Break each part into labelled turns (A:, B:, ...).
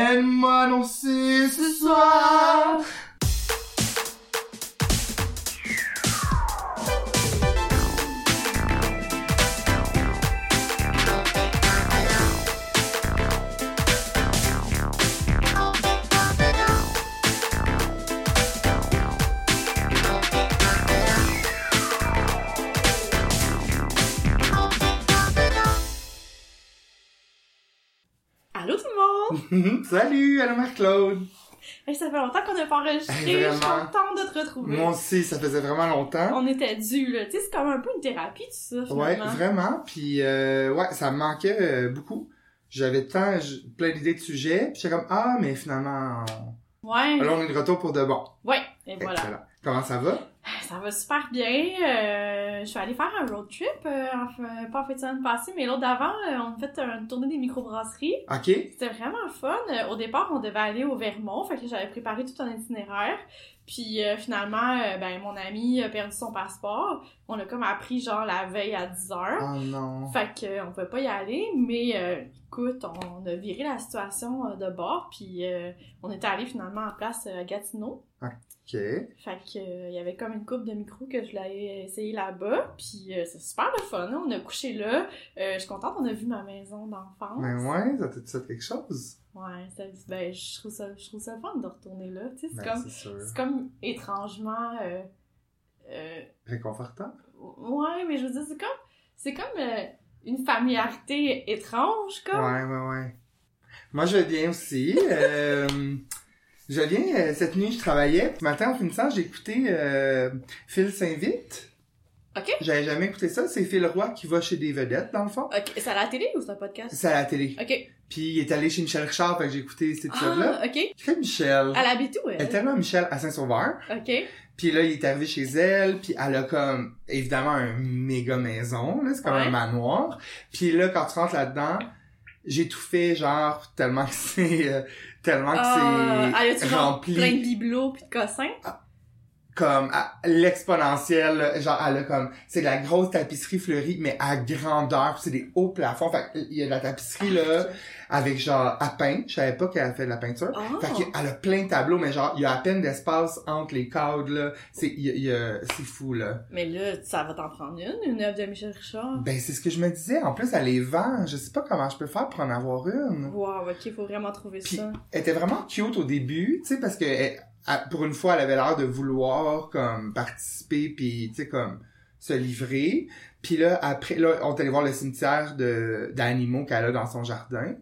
A: Emmène-moi danser ce soir.
B: Allô tout le monde!
A: Salut, Anna Claude.
B: Hey, ça fait longtemps qu'on n'a pas enregistré,
A: Hey,
B: je
A: vraiment.
B: suis contente de te retrouver.
A: Moi aussi, ça faisait vraiment longtemps.
B: On était dû là, tu sais, c'est comme un peu une thérapie tout ça
A: ouais,
B: Oh, finalement.
A: vraiment. Puis euh, ouais, ça me manquait euh, beaucoup. J'avais tant j- plein d'idées de sujets. Puis j'étais comme ah, mais finalement,
B: Ouais,
A: là on est de retour pour de bon.
B: ouais, et voilà.
A: Excellent. Comment ça va
B: Ça va super bien, euh, je suis allée faire un road trip, euh, en fin- pas en fait de semaine passée, mais l'autre d'avant, euh, on a fait une tournée des microbrasseries.
A: Ok.
B: C'était vraiment fun. Euh, Au départ, on devait aller au Vermont, fait que j'avais préparé tout un itinéraire. Puis euh, finalement, euh, ben mon ami a perdu son passeport. On l'a comme appris genre la veille à 10 heures.
A: Oh non.
B: Fait que euh, on peut pas y aller, mais euh, écoute, on a viré la situation euh, de bord, puis euh, on est allé finalement en place euh, à Gatineau.
A: Ok.
B: Fait que euh, il y avait comme une coupe de micro que je l'avais essayé là-bas, puis euh, c'est super le fun. hein. On a couché là. Euh, je suis contente, on a vu ma maison d'enfance.
A: Mais Ben, ouais, ça t'a fait quelque chose.
B: Ouais, c'était- ben, je trouve ça, je trouve ça fun de retourner là. Tu sais, c'est
A: Ben,
B: comme,
A: c'est sûr.
B: c'est comme étrangement. euh, euh,
A: Réconfortant.
B: ouais, mais je veux dire, c'est comme, c'est comme euh, une familiarité étrange, comme.
A: Ouais, ouais, ouais. Moi, je vais bien aussi. Euh, je viens, euh, cette nuit, je travaillais. Ce matin, en finissant, j'ai écouté euh, Phil s'invite.
B: Ok.
A: J'avais jamais écouté ça. C'est Phil Roy qui va chez des vedettes, dans le fond.
B: Ok, c'est à la télé ou c'est un podcast?
A: C'est à la télé.
B: Ok.
A: Puis il est allé chez Michel Richard, fait que j'ai écouté cet épisode-là.
B: Ah, ok.
A: J'ai fait Michel.
B: Elle habite où,
A: Elle
B: elle?
A: était là, Michel, à Saint-Sauveur.
B: Ok.
A: Puis là, il est arrivé chez elle, puis elle a comme, évidemment, un méga maison, là, c'est comme
B: Ouais.
A: un manoir. Puis là, quand tu rentres là-dedans, j'ai tout fait, genre, tellement que c'est, euh, tellement
B: Ah, elle
A: que
B: a-tu
A: c'est
B: genre
A: rempli,
B: plein de bibelots pis de cossins?
A: comme, à l'exponentielle, là. genre, elle a comme, c'est de la grosse tapisserie fleurie, mais à grandeur, puis c'est des hauts plafonds, fait qu'il y a de la tapisserie, là, avec genre, à peindre, je savais pas qu'elle avait fait de la peinture.
B: Ah.
A: Fait qu'elle a plein de tableaux, mais genre, il y a à peine d'espace entre les cadres, là. C'est, il y a- il y a- c'est fou, là.
B: Mais là, ça va t'en prendre une, une œuvre de Michel Richard?
A: Ben, c'est ce que je me disais. En plus, elle les vend. Je sais pas comment je peux faire pour en avoir une.
B: Wow, ok, faut vraiment trouver
A: Puis-
B: ça.
A: Elle était vraiment cute au début, tu sais, parce que elle- elle- pour une fois, elle avait l'air de vouloir, comme, participer, puis, tu sais, comme, se livrer. Puis là, après, là, on est allé voir le cimetière de, d'animaux qu'elle a dans son jardin.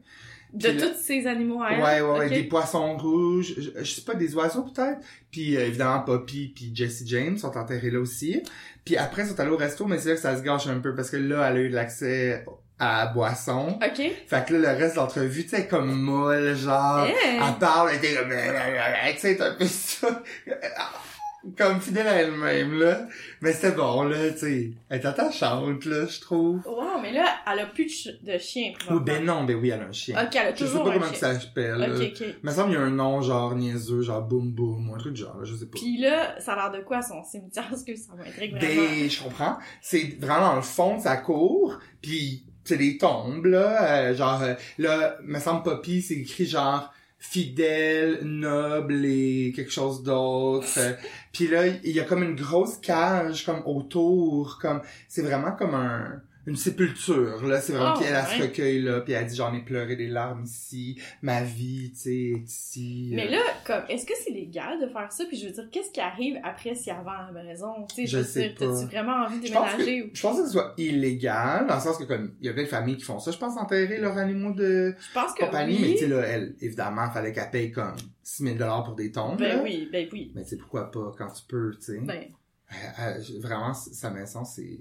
B: De
A: puis là-
B: tous ces animaux à
A: Ouais,
B: elle?
A: ouais, ouais.
B: Ok.
A: Des poissons rouges, je, je sais pas, des oiseaux peut-être. Puis euh, évidemment, Poppy puis Jesse James sont enterrés là aussi. Puis après, ils sont allés au resto, mais c'est là que ça se gâche un peu parce que là, elle a eu de l'accès à boisson.
B: Ok.
A: Fait que là, le reste de l'entrevue, tu sais, comme molle, genre,
B: Hey!
A: elle parle, elle était comme, tu sais, c'est un peu ça, comme fidèle à elle-même, là. Mais c'était bon, là, tu sais, elle est attachante, là, je trouve.
B: Wow, mais là, elle a plus de, ch- de chien.
A: Ou
B: probablement.
A: ben non, ben oui, elle a un chien.
B: Ok, elle a
A: je sais pas
B: toujours
A: comment
B: un
A: que
B: chien.
A: ça s'appelle, là.
B: Ok, ok.
A: Il me semble qu'il y a un nom, genre, niaiseux, genre, boum boum, ou un truc du genre, là, je sais pas.
B: Pis là, ça a l'air de quoi son cimetière? Parce que ça m'intrigue vraiment.
A: Des, je comprends. C'est vraiment dans le fond de sa cour, puis c'est des tombes, là. euh, genre, euh, là, me semble Poppy, c'est écrit genre fidèle, noble et quelque chose d'autre. Euh, puis là, il y a comme une grosse cage, comme autour, comme... C'est vraiment comme un... Une sépulture, là, c'est vraiment,
B: Oh,
A: puis elle, elle se
B: ouais.
A: recueille, là, puis elle dit, j'en ai pleuré des larmes ici, ma vie, tu sais, est ici. euh.
B: Mais là, comme, est-ce que c'est légal de faire ça? Puis je veux dire, qu'est-ce qui arrive après si avant la maison? Tu sais,
A: Je
B: veux
A: sais
B: dire,
A: pas.
B: T'as-tu vraiment envie de
A: Je pense
B: déménager? ou-
A: Je pense que ce soit illégal, dans le sens que comme il y a plein de familles qui font ça, je pense enterrer leurs animaux de
B: Je pense que
A: compagnie, mais
B: oui.
A: tu sais là, elle, évidemment, fallait qu'elle paye comme 6000 dollars pour des tombes.
B: ben
A: là.
B: oui, ben oui.
A: Mais tu sais pourquoi pas quand tu peux, tu sais.
B: Ben,
A: Euh, euh, j- vraiment c- sa maison c'est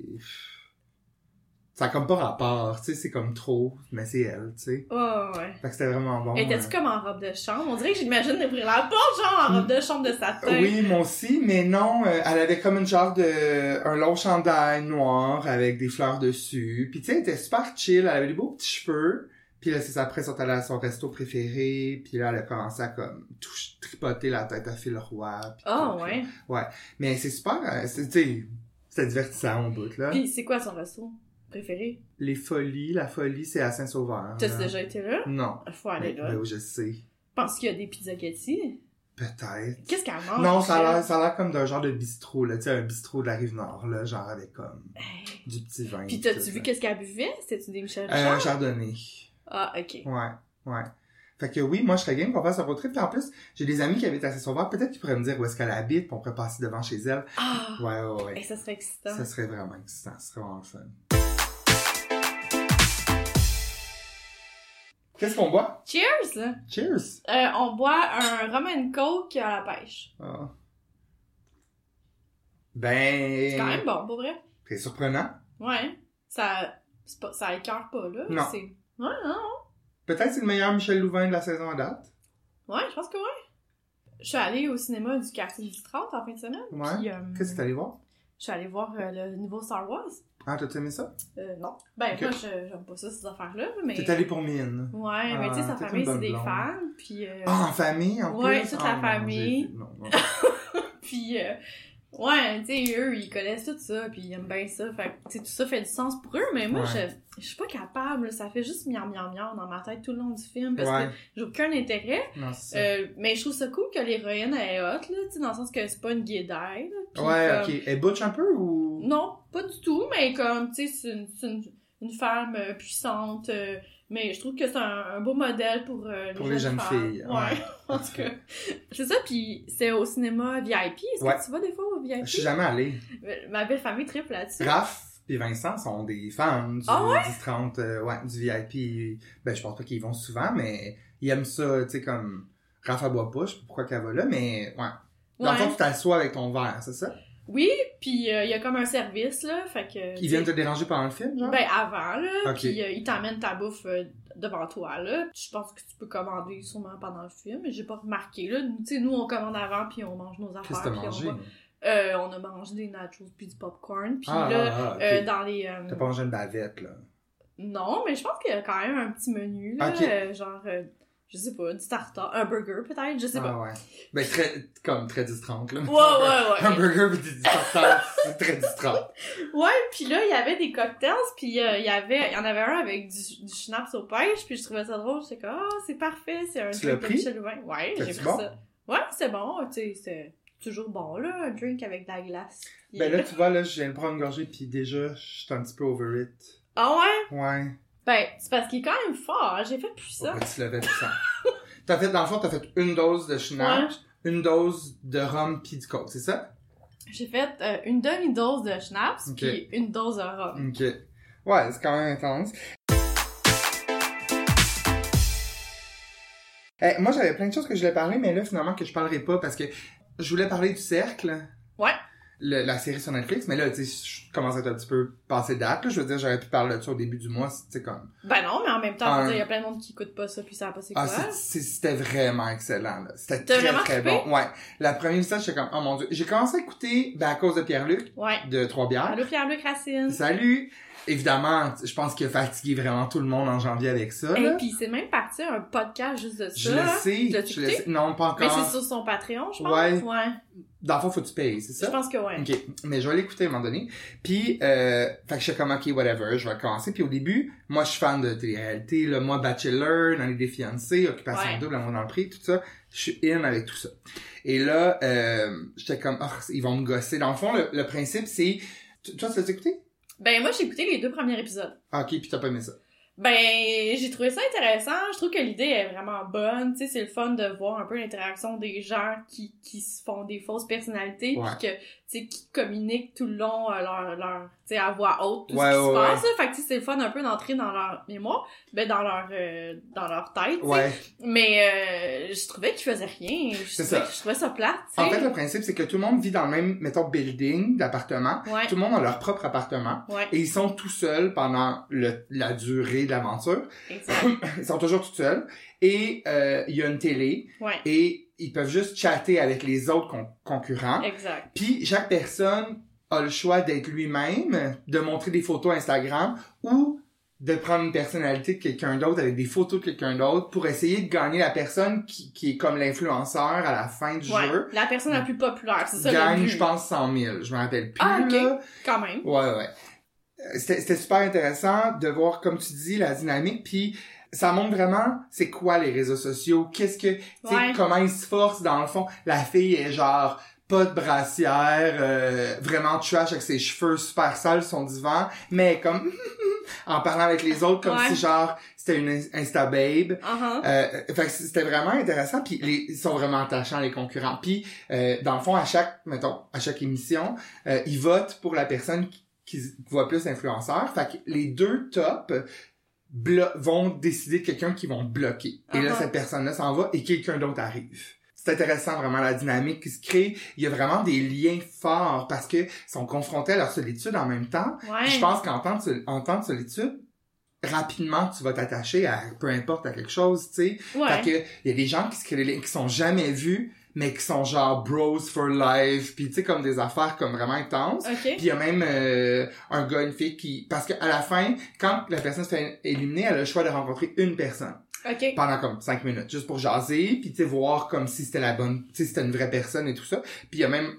A: ça a comme pas rapport, tu sais, c'est comme trop, mais c'est elle, tu sais.
B: oh ouais.
A: Fait que c'était vraiment bon.
B: Étais-tu
A: hein.
B: comme en robe de chambre? On dirait que j'imagine d'ouvrir la porte, genre en robe de chambre de satin.
A: Oui, moi aussi, mais non, euh, elle avait comme une genre de un long chandail noir avec des fleurs dessus. Puis tu sais, elle était super chill, elle avait des beaux petits cheveux. Puis là, c'est ça, après, ils sont allés à son resto préféré. Puis là, elle a commencé à comme tout tripoter la tête à fil roi. puis
B: Oh
A: tout.
B: ouais.
A: Mais c'est super, euh, c'est- tu sais, c'était divertissant au bout, là.
B: Puis c'est quoi son resto? préféré?
A: Les folies, la folie, c'est à Saint-Sauveur.
B: T'as-tu
A: là.
B: déjà Ah, été là?
A: Non.
B: Faut aller
A: Mais-
B: là.
A: Ah, ben oui, je sais.
B: Pense qu'il y a des pizzas Cathy.
A: Peut-être.
B: Qu'est-ce qu'elle mange?
A: non, ça a
B: Michel?
A: l'air, ça a l'air comme d'un genre de bistrot, là. Tu sais, un bistrot de la Rive-Nord, là, genre avec comme
B: Hey.
A: du petit vin.
B: Puis
A: tout
B: t'as-tu
A: ça.
B: vu qu'est-ce qu'elle buvait? C'était-tu des Michel Richard?
A: Euh, chardonnay.
B: Ah, ok.
A: Ouais, ouais. Fait que oui, moi, je serais game qu'on fasse un road trip. Puis en plus, j'ai des amis qui habitent à Saint-Sauveur. Peut-être qu'ils pourraient me dire où est-ce qu'elle habite, puis on pourrait passer devant chez elle.
B: Ah!
A: Ouais, ouais, ouais.
B: Hey, ça serait excitant.
A: Ça serait vraiment excitant. Ça serait vraiment le fun. Qu'est-ce qu'on boit?
B: Cheers! là.
A: Cheers!
B: Euh, on boit un rum and coke à la pêche.
A: Ah.
B: C'est quand
A: Ben,
B: même bon, pour vrai.
A: c'est surprenant.
B: Ouais. Ça, c'est pas, ça écœure pas, là.
A: Non.
B: C'est... Ouais, non.
A: Peut-être c'est le meilleur Michel Louvain de la saison à date.
B: Ouais, je pense que ouais. Je suis allée au cinéma du quartier du 30 en fin de semaine.
A: Ouais.
B: puis, euh,
A: Qu'est-ce que t'es allé voir?
B: Je suis allée voir euh, le nouveau Star Wars.
A: Ah, t'as aimé ça?
B: Euh, non. Ben,
A: Ok.
B: moi, je, j'aime pas ça, ces affaires-là, mais...
A: T'es allé pour mine.
B: Ouais, mais tu sais,
A: Ah,
B: sa
A: t'es une
B: famille, c'est
A: bonne
B: des
A: blonde.
B: fans, puis... euh,
A: Ah, en famille, en
B: Ouais,
A: plus?
B: toute
A: Ah,
B: la
A: non,
B: famille.
A: j'ai- Non, non.
B: Puis, euh, ouais, tu sais, eux, ils connaissent tout ça, puis ils aiment bien ça. Fait que, tu sais, tout ça fait du sens pour eux, mais moi,
A: Ouais.
B: je, je suis pas capable. là. Ça fait juste miam miam miam dans ma tête tout le long du film, parce
A: Ouais,
B: que j'ai aucun intérêt.
A: non, c'est ça.
B: Euh, mais je trouve ça cool que l'héroïne est hot, là, tu sais, dans le sens que c'est pas une guédaille. là. euh, Puis,
A: ouais,
B: comme,
A: ok. Elle butch un peu ou...
B: Non, pas du tout, mais comme, tu sais, c'est une, c'est une, une femme euh, puissante. euh, mais je trouve que c'est un, un beau modèle pour, euh,
A: Pour les jeunes
B: femmes.
A: filles,
B: Ouais.
A: ouais.
B: en tout cas, c'est ça. Puis c'est au cinéma VIP. Est-ce
A: Ouais.
B: que tu vas des fois au VIP?
A: Je suis jamais allé.
B: Euh, Ma belle famille triple là-dessus.
A: Raph et Vincent sont des fans du,
B: Ah
A: du 30, euh, ouais, du VIP. Ben, je pense pas qu'ils y vont souvent, mais ils aiment ça, tu sais, comme... Raph, elle boit pas, je sais pas pourquoi qu'elle va là, mais ouais. Dans le
B: Ouais. Euh,
A: fond, tu t'assois avec ton verre, c'est ça?
B: Oui, puis euh, il y a comme un service, là. Fait que. tu
A: Ils viennent te
B: sais,
A: déranger pendant le film, genre?
B: Ben, avant, là.
A: Ok.
B: Puis euh, ils t'amènent ta bouffe euh, devant toi, là. Je pense que tu peux commander sûrement pendant le film, mais j'ai pas remarqué, là. Tu sais, nous, on commande avant, puis on mange nos affaires.
A: Qu'est-ce que t'as
B: puis on
A: mangé?
B: va- Euh, on a mangé des nachos puis du popcorn. Puis
A: Ah,
B: là,
A: ah, ah, ok.
B: euh, dans les. euh,
A: T'as pas mangé une bavette, là.
B: Non, mais je pense qu'il y a quand même un petit menu, là.
A: Ok.
B: euh, genre, euh, je sais pas, du tartare, un burger peut-être, je sais pas.
A: Ah ouais. Ben, très, comme très distrante, là.
B: Ouais, ouais,
A: Un
B: ouais.
A: burger pis du tartare, c'est très distrant.
B: ouais, puis là, il y avait des cocktails, puis euh, il y avait, il y en avait un avec du, du schnapps aux pêches, puis je trouvais ça drôle. J'étais comme, ah, c'est parfait, c'est un
A: Tu
B: drink
A: l'as
B: de
A: pris?
B: Michel Louvain. Ouais, j'ai
A: C'était-tu
B: pris
A: bon?
B: ça. Ouais, c'est bon, tu sais, c'est toujours bon, là, un drink avec de la glace.
A: Ben là, tu vois, là, je viens de prendre une gorgée pis déjà, je suis un petit peu over it.
B: Ah ouais?
A: Ouais.
B: Ben, c'est parce qu'il est quand même fort, hein, j'ai fait plus ça.
A: Pourquoi tu levais tout ça? T'as fait, dans le fond, t'as fait une dose de schnapps, une dose de rhum pis du coke, c'est ça?
B: J'ai fait euh, une demi-dose de schnapps
A: Ok.
B: puis une dose de rhum.
A: Ok. Ouais, c'est quand même intense. Eh, moi, j'avais plein de choses que je voulais parler, mais là, finalement, que je parlerai pas parce que je voulais parler du cercle.
B: Ouais.
A: Le- la série sur Netflix, mais là, tu sais, je commence à être un petit peu passé date, là. Je veux dire, j'aurais pu parler de ça au début du mois, tu sais, comme.
B: Ben non, mais en même temps,
A: Un.
B: je veux dire, il y a plein de monde qui écoute pas ça puis ça pas c'est
A: Ah,
B: quoi.
A: c'est- c'est- c'était vraiment excellent, là. C'était
B: T'as
A: très,
B: vraiment
A: très
B: trippé?
A: bon. Ouais. La première fois, j'étais comme, oh mon dieu. J'ai commencé à écouter, ben, à cause de Pierre-Luc,
B: Ouais.
A: de Trois-Bières.
B: Allô Pierre-Luc Racine.
A: Salut! Évidemment, je pense qu'il a fatigué vraiment tout le monde en janvier avec ça.
B: Et
A: là.
B: puis c'est même parti un podcast juste de Eh, ça.
A: Je le sais.
B: Tu l'as
A: Je le
B: écouté?
A: sais. Non, pas
B: Mais
A: encore.
B: c'est sur son Patreon, je pense.
A: Ouais. Dans le fond, faut que tu payes, c'est
B: Je
A: ça?
B: pense que ouais.
A: Ok. Mais je vais l'écouter à un moment donné. Puis, euh, fait que je suis comme, ok, whatever, je vais commencer. Puis au début, moi, je suis fan de télé-réalité, là. Moi, Bachelor, dans les fiancés, Occupation
B: Ouais.
A: Double, Amour dans le prix, tout ça. Je suis in avec tout ça. Et là, euh, j'étais comme, oh, ils vont me gosser. Dans le fond, le, le principe, c'est, tu- toi, tu l'as écouté?
B: Ben moi j'ai écouté les deux premiers épisodes.
A: Ah, ok, puis t'as pas aimé ça.
B: Ben j'ai trouvé ça intéressant. Je trouve que l'idée est vraiment bonne. Tu sais, c'est le fun de voir un peu l'interaction des gens qui, qui se font des fausses personnalités
A: Ouais.
B: puis que tu sais qui communiquent tout le long euh, leur leur tu sais à voix haute tout
A: Ouais,
B: ce qui
A: ouais,
B: se passe. là. Fait que tu sais, c'est le fun un peu d'entrer dans leur mémoire, ben dans leur euh, dans leur tête. tu sais.
A: Ouais.
B: Mais euh, je trouvais qu'il faisait rien. Je
A: C'est
B: trouvais,
A: ça.
B: je trouvais ça plate. tu sais.
A: En fait, le principe, c'est que tout le monde vit dans le même, mettons, building d'appartement.
B: ouais.
A: Tout le monde a leur propre appartement.
B: Ouais,
A: Et ils sont tout seuls pendant le- la durée de l'aventure.
B: exact.
A: Ils sont toujours tout seuls. Et euh, il y a une télé.
B: Ouais,
A: Et ils peuvent juste chatter avec les autres con- concurrents.
B: exact.
A: Puis chaque personne a le choix d'être lui-même, de montrer des photos Instagram ou de prendre une personnalité de quelqu'un d'autre avec des photos de quelqu'un d'autre pour essayer de gagner la personne qui, qui est comme l'influenceur à la fin du
B: Ouais.
A: jeu.
B: La personne la plus populaire, c'est ça le
A: Gagne,
B: but.
A: je pense, 100 000. Je me rappelle plus,
B: Ah, ok.
A: là.
B: Quand même.
A: Ouais, ouais. c'était c'était super intéressant de voir, comme tu dis, la dynamique. Puis ça montre vraiment c'est quoi les réseaux sociaux, qu'est-ce que, tu sais,
B: Ouais.
A: comment ils se forcent dans le fond. La fille est genre pas de brassière, euh, vraiment trash avec ses cheveux super sales, son divan, mais comme en parlant avec les autres comme
B: Ouais.
A: si genre c'était une insta babe.
B: Uh-huh.
A: Euh, fait que c'était vraiment intéressant puis les, ils sont vraiment attachants les concurrents puis euh, dans le fond à chaque mettons à chaque émission euh, ils votent pour la personne qui, qui voit plus influenceur fait que les deux tops blo- vont décider de quelqu'un qui vont bloquer et là
B: Uh-huh.
A: cette personne là s'en va et quelqu'un d'autre arrive c'est intéressant vraiment la dynamique qui se crée il y a vraiment des liens forts parce que ils sont confrontés à leur solitude en même temps
B: Ouais.
A: je pense qu'en temps, de sol- en temps de solitude, rapidement, tu vas t'attacher à peu importe à quelque chose, tu sais.
B: ouais.
A: Fait que, il y a des gens qui se créent des liens qui sont jamais vus, mais qui sont genre bros for life, puis tu sais, comme des affaires comme vraiment intenses.
B: Ok.
A: Puis il y a même euh, un gars, une fille qui... Parce qu'à la fin, quand la personne se fait éliminer, elle a le choix de rencontrer une personne
B: Ok.
A: pendant comme cinq minutes, juste pour jaser, puis tu sais, voir comme si c'était la bonne, tu sais, c'était une vraie personne et tout ça. Puis il y a même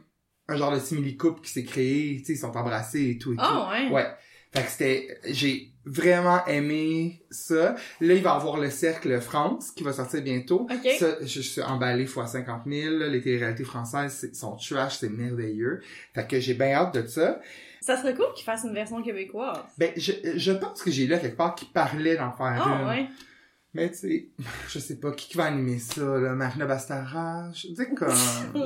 A: un genre de simili-couple qui s'est créé, tu sais, ils sont embrassés et tout et tout.
B: Oh, ouais.
A: Ouais. Fait que c'était, j'ai vraiment aimé ça. Là, il va avoir le cercle France qui va sortir bientôt.
B: Ok.
A: Ça, je, je suis emballé fois 50 000. là. Les téléréalités françaises c'est- sont trash, c'est merveilleux. Fait que j'ai bien hâte de ça.
B: Ça serait cool qu'ils fassent une version québécoise.
A: Ben, je, je pense que j'ai lu à quelque part qui parlait d'en faire
B: Ah,
A: une.
B: ouais.
A: Mais tu sais, je sais pas qui, qui va animer ça, là. Marina Bastara, je dis comme, je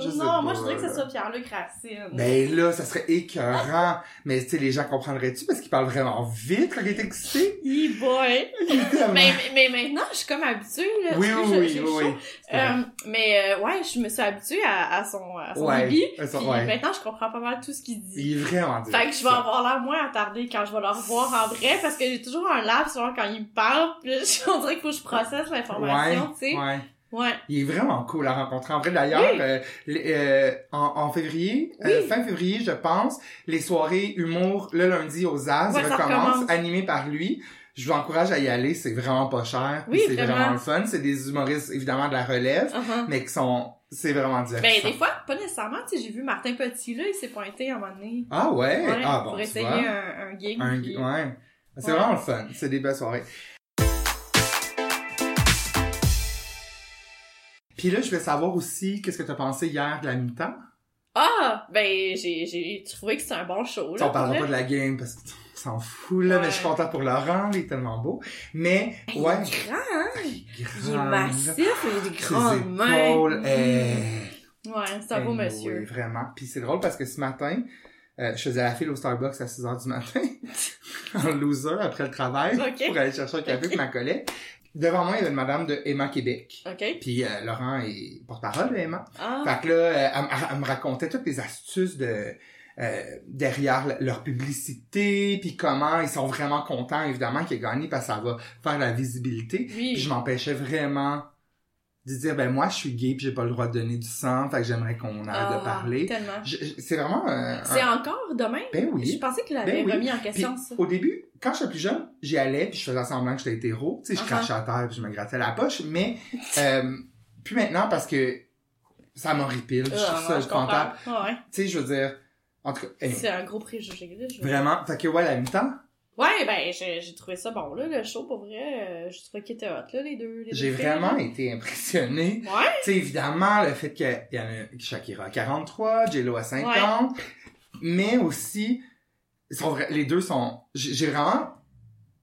A: sais
B: non, moi,
A: pas,
B: je dirais que
A: là.
B: ce soit Pierre-Luc Racine.
A: Ben là, ça serait écœurant. Mais tu sais, les gens comprendraient-tu parce qu'ils parlent vraiment vite quand ils étaient excités?
B: Hey boy!
A: Ils étaient tellement-
B: mais, mais maintenant, je suis comme habituée, là.
A: Oui,
B: Tu
A: oui,
B: sais, je-
A: oui,
B: j'ai
A: oui,
B: chaud.
A: oui. C'est vrai.
B: Euh, mais euh, ouais, je me suis habituée à, à son, à son
A: Ouais,
B: débit.
A: elles sont-
B: Puis
A: ouais.
B: maintenant, je comprends pas mal tout ce qu'il dit.
A: Il est vraiment dur.
B: Fait que je vais avoir l'air moins attardée quand je vais le revoir en vrai parce que j'ai toujours un laps souvent quand il me parle. Puis là, on dirait qu'il faut que je processe l'information, tu sais.
A: Ouais, ouais.
B: Ouais.
A: Il est vraiment cool à rencontrer. En vrai, d'ailleurs,
B: Oui.
A: euh, les- euh, en, en février, euh,
B: Oui.
A: fin février, je pense, les soirées humour le lundi aux As
B: Ouais, ça
A: recommencent,
B: recommence.
A: animées par lui. Je vous encourage à y aller, c'est vraiment pas cher, puis
B: Oui,
A: c'est
B: vraiment.
A: vraiment le fun. C'est des humoristes évidemment de la relève,
B: Uh-huh.
A: mais qui sont, c'est vraiment
B: Ben,
A: divertissant.
B: des fois, pas nécessairement. Tu sais, j'ai vu Martin Petit, là, il s'est pointé à un moment donné.
A: ah ouais,
B: Ouais,
A: ah bon,
B: pour
A: tu
B: essayer
A: vois.
B: un, un gig.
A: Un-
B: puis-
A: ouais. C'est
B: Ouais.
A: vraiment le fun. C'est des belles soirées. Puis là, je vais savoir aussi qu'est-ce que t'as pensé hier de la mi-temps.
B: Oh, Ah! Ben, j'ai, j'ai trouvé que c'était un bon show,
A: Ça,
B: là.
A: on parlera pas
B: pour
A: de la game parce qu'on s'en fout, là. Mais
B: Ouais.
A: je suis contente pour Laurent, il est tellement beau. Mais,
B: vrai.
A: ouais.
B: Il est grand, hein? Il est
A: grand,
B: massif, il a des
A: ses
B: grandes
A: épaules,
B: mains.
A: eh,
B: Ouais, c'est un beau
A: anyway,
B: monsieur.
A: vraiment. Puis c'est drôle parce que ce matin, euh, je faisais la file au Starbucks à 6 heures du matin, en loser après le travail,
B: Ok.
A: pour aller chercher un café pour ma collègue. Devant moi, il y avait une madame de Emma Québec.
B: OK?
A: Puis euh, Laurent est porte-parole de Emma.
B: Ah!
A: Fait que là, euh, elle, m- elle me racontait toutes les astuces de... euh, derrière le- leur publicité, puis comment ils sont vraiment contents, évidemment, qu'ils aient gagné, parce que ça va faire la visibilité. Puis
B: Oui.
A: je m'empêchais vraiment de dire, ben moi, je suis gay, puis j'ai pas le droit de donner du sang, fait que j'aimerais qu'on arrête
B: Ah,
A: de parler.
B: Tellement.
A: Je- je- C'est vraiment euh, un...
B: C'est encore demain?
A: Ben
B: Je
A: oui.
B: pensais qu'il l'avait
A: Ben oui.
B: remis en
A: Puis,
B: question, ça.
A: au début, quand j'étais plus jeune, j'y allais, puis je faisais semblant que j'étais hétéro. Tu sais, je
B: Uh-huh.
A: crachais à terre, puis je me grattais la poche. Mais, euh, puis maintenant, parce que ça m'horripile. je
B: Ah,
A: trouve ça
B: je comprends.
A: épouvantable.
B: Ah ouais.
A: Tu sais, je veux dire... En tout cas, anyway.
B: C'est un gros préjugé, là. je-
A: vraiment. Fait que ouais, la mi-temps,
B: Ouais, ben, j'ai j'ai trouvé ça bon, là, le show, pour vrai. euh, j'ai trouvé qu'il était hot, là, les deux. les deux
A: j'ai
B: filles,
A: vraiment
B: là.
A: été impressionné
B: Ouais,
A: Tu sais, évidemment, le fait qu'il y en a Shakira à 43, J-Lo à 50, mais aussi, ils sont vra- les deux sont... J'ai j'ai vraiment...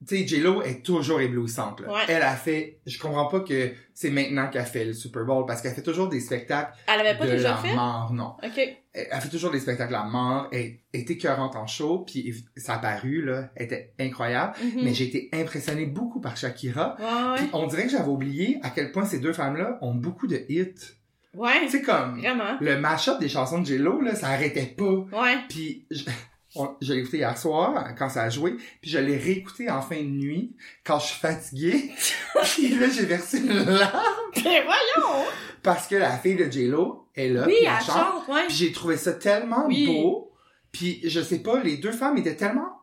A: Tu sais, J-Lo est toujours éblouissante. là.
B: Ouais.
A: Elle a fait... Je comprends pas que c'est maintenant qu'elle fait le Super Bowl, parce qu'elle fait toujours des spectacles
B: elle l'avait pas
A: de
B: déjà
A: la
B: fait?
A: mort, non.
B: Ok.
A: Elle elle fait toujours des spectacles à mort, elle elle est écœurante en show, puis évi- ça a paru, là, elle était incroyable.
B: Mhm.
A: Mais j'ai été impressionnée beaucoup par Shakira.
B: Ouais,
A: Puis on dirait que j'avais oublié à quel point ces deux femmes-là ont beaucoup de hits.
B: ouais.
A: Tu
B: Ouais,
A: sais, comme
B: vraiment.
A: le mash-up des chansons de J-Lo, là, ça arrêtait pas.
B: Ouais.
A: Puis, je, on- je l'ai écouté hier soir, quand ça a joué, puis je l'ai réécouté en fin de nuit, quand je suis fatiguée. puis là, j'ai versé une larme,
B: Ben, voyons!
A: parce que la fille de J-Lo est là,
B: oui,
A: puis
B: elle
A: elle chante.
B: chante, ouais.
A: Puis j'ai trouvé ça tellement
B: Oui.
A: beau. Puis, je sais pas, les deux femmes étaient tellement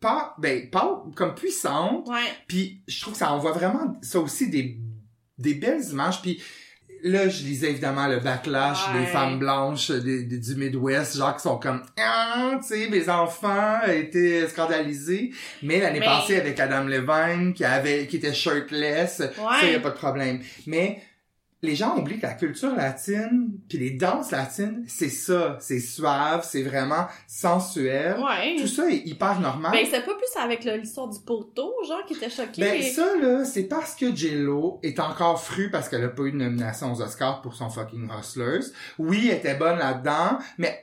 A: pas, ben, pas comme puissantes.
B: Ouais.
A: Puis je trouve que ça envoie vraiment ça aussi des des belles images puis Là, je lisais évidemment le backlash
B: Ouais.
A: des femmes blanches des- des- du Midwest, genre qui sont comme Ah, tu sais, mes enfants étaient scandalisés. Mais l'année
B: Mais-
A: passée avec Adam Levine qui avait qui était shirtless, ça, y a pas de problème. Mais les gens oublient que la culture latine, puis les danses latines, c'est ça. C'est suave, c'est vraiment sensuel.
B: Ouais.
A: Tout ça est hyper normal.
B: Ben, c'est pas plus avec le- l'histoire du poteau, genre, qui était choqué.
A: Ben, ça, là, c'est parce que J-Lo est encore fru parce qu'elle a pas eu de nomination aux Oscars pour son fucking Hustlers. Oui, elle était bonne là-dedans, mais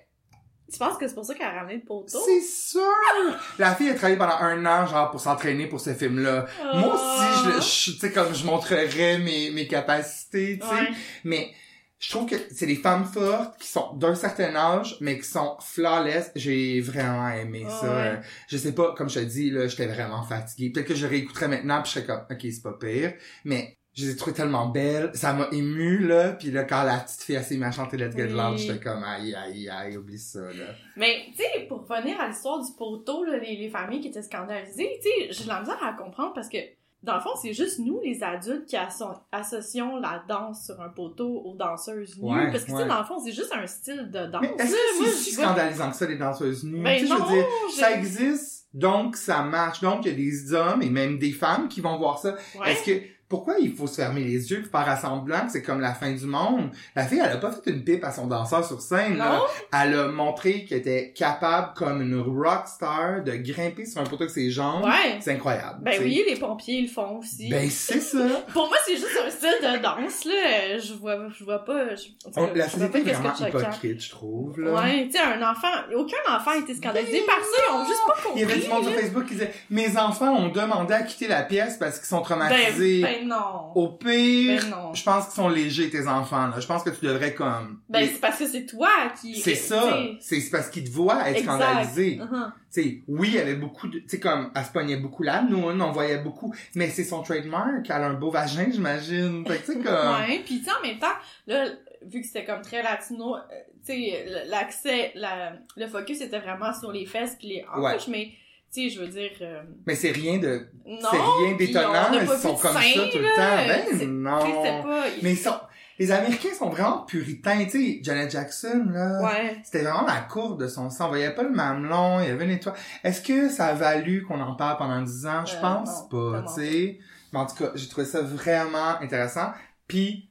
B: Tu penses que c'est pour ça qu'elle a ramené le poteau?
A: c'est sûr! La fille a travaillé pendant un an, genre, pour s'entraîner pour ce film-là. Moi aussi,
B: Ah.
A: je, le- je- tu sais, comme je montrerais mes, mes capacités, tu sais.
B: Ouais.
A: Mais je trouve que c'est des femmes fortes qui sont d'un certain âge, mais qui sont flawless. J'ai vraiment aimé
B: Ah
A: ça.
B: ouais.
A: Euh, Je sais pas, comme je te dis, là, j'étais vraiment fatiguée. Peut-être que je réécouterais maintenant puis je serais comme, ok, c'est pas pire. Mais je les ai trouvées tellement belles. Ça m'a ému, là. Puis là, quand la petite fille a s'est mis à chanter Let's Get
B: Oui.
A: Loud, j'étais comme, aïe, aïe, aïe, oublie ça, là.
B: Mais, tu sais, pour revenir à l'histoire du poteau, là, les, les familles qui étaient scandalisées, tu sais, j'ai de la misère à comprendre parce que, dans le fond, c'est juste nous, les adultes, qui asso- associons la danse sur un poteau aux danseuses nues.
A: Ouais,
B: parce que, tu
A: ouais.
B: sais, dans le fond, c'est juste un style de danse.
A: Mais est-ce
B: là.
A: que
B: Ah, Moi,
A: c'est si
B: je vois-
A: scandalisant que ça, les danseuses nues?
B: Ben
A: Tu sais, je
B: non,
A: veux dire,
B: j'ai-
A: ça existe, donc ça marche. Donc, il y a des hommes et même des femmes qui vont voir ça.
B: Ouais.
A: Est-ce que pourquoi il faut se fermer les yeux puis faire semblant que c'est comme la fin du monde La fille, elle a pas fait une pipe à son danseur sur scène. là.
B: Non?
A: Elle a montré qu'elle était capable, comme une rock star, de grimper sur un poteau avec ses jambes.
B: Ouais.
A: C'est incroyable.
B: Ben
A: tu sais.
B: oui, les pompiers le font aussi.
A: Ben c'est ça.
B: Pour moi, c'est juste un style de danse, là. Je vois, je vois pas. Je, en tout
A: On-
B: cas,
A: Oh, la
B: je vois pas
A: société est
B: qu'est-ce que
A: vraiment
B: de choquant.
A: hypocrite, je trouve. Là.
B: Ouais, tu sais, un enfant, aucun enfant a été scandalisé
A: Ben
B: par ça, ils ont juste pas
A: Il
B: compris.
A: y avait du monde sur
B: là.
A: Facebook qui disait mes enfants ont demandé à quitter la pièce parce qu'ils sont traumatisés.
B: ben, ben non.
A: Au pire,
B: Ben non.
A: je pense qu'ils sont légers tes enfants. Là. Je pense que tu devrais comme.
B: Ben, c'est parce que c'est toi qui.
A: c'est ça.
B: tu sais.
A: C'est c'est parce qu'ils te voient être
B: Exact.
A: scandalisés.
B: Uh-huh.
A: sais, oui, il y avait beaucoup de, tu sais, comme, elle se pognait beaucoup là, nous, on voyait beaucoup, mais c'est son trademark, elle a un beau vagin, j'imagine. Fait que, tu sais, comme,
B: Ouais, puis tu sais, en même temps, là, vu que c'était comme très latino, euh, tu sais, l- l'accès, la, le focus était vraiment sur les fesses puis les hanches, mais tu sais, je veux dire, euh,
A: mais c'est rien de,
B: non.
A: c'est rien
B: puis
A: d'étonnant,
B: on a
A: ils
B: pas
A: sont
B: vu de
A: comme
B: seins,
A: ça tout le
B: là,
A: temps.
B: c'est-
A: Ben,
B: Tu sais, c'était
A: non.
B: pas.
A: Mais ils sont, les Américains sont vraiment puritains, tu sais, Janet Jackson, là.
B: Ouais.
A: C'était vraiment la courbe de son sang. On voyait pas le mamelon, il y avait une étoile. Est-ce que ça a valu qu'on en parle pendant 10 ans? Je
B: Euh,
A: pense
B: non,
A: pas,
B: vraiment.
A: tu sais. Mais en tout cas, j'ai trouvé ça vraiment intéressant. Puis,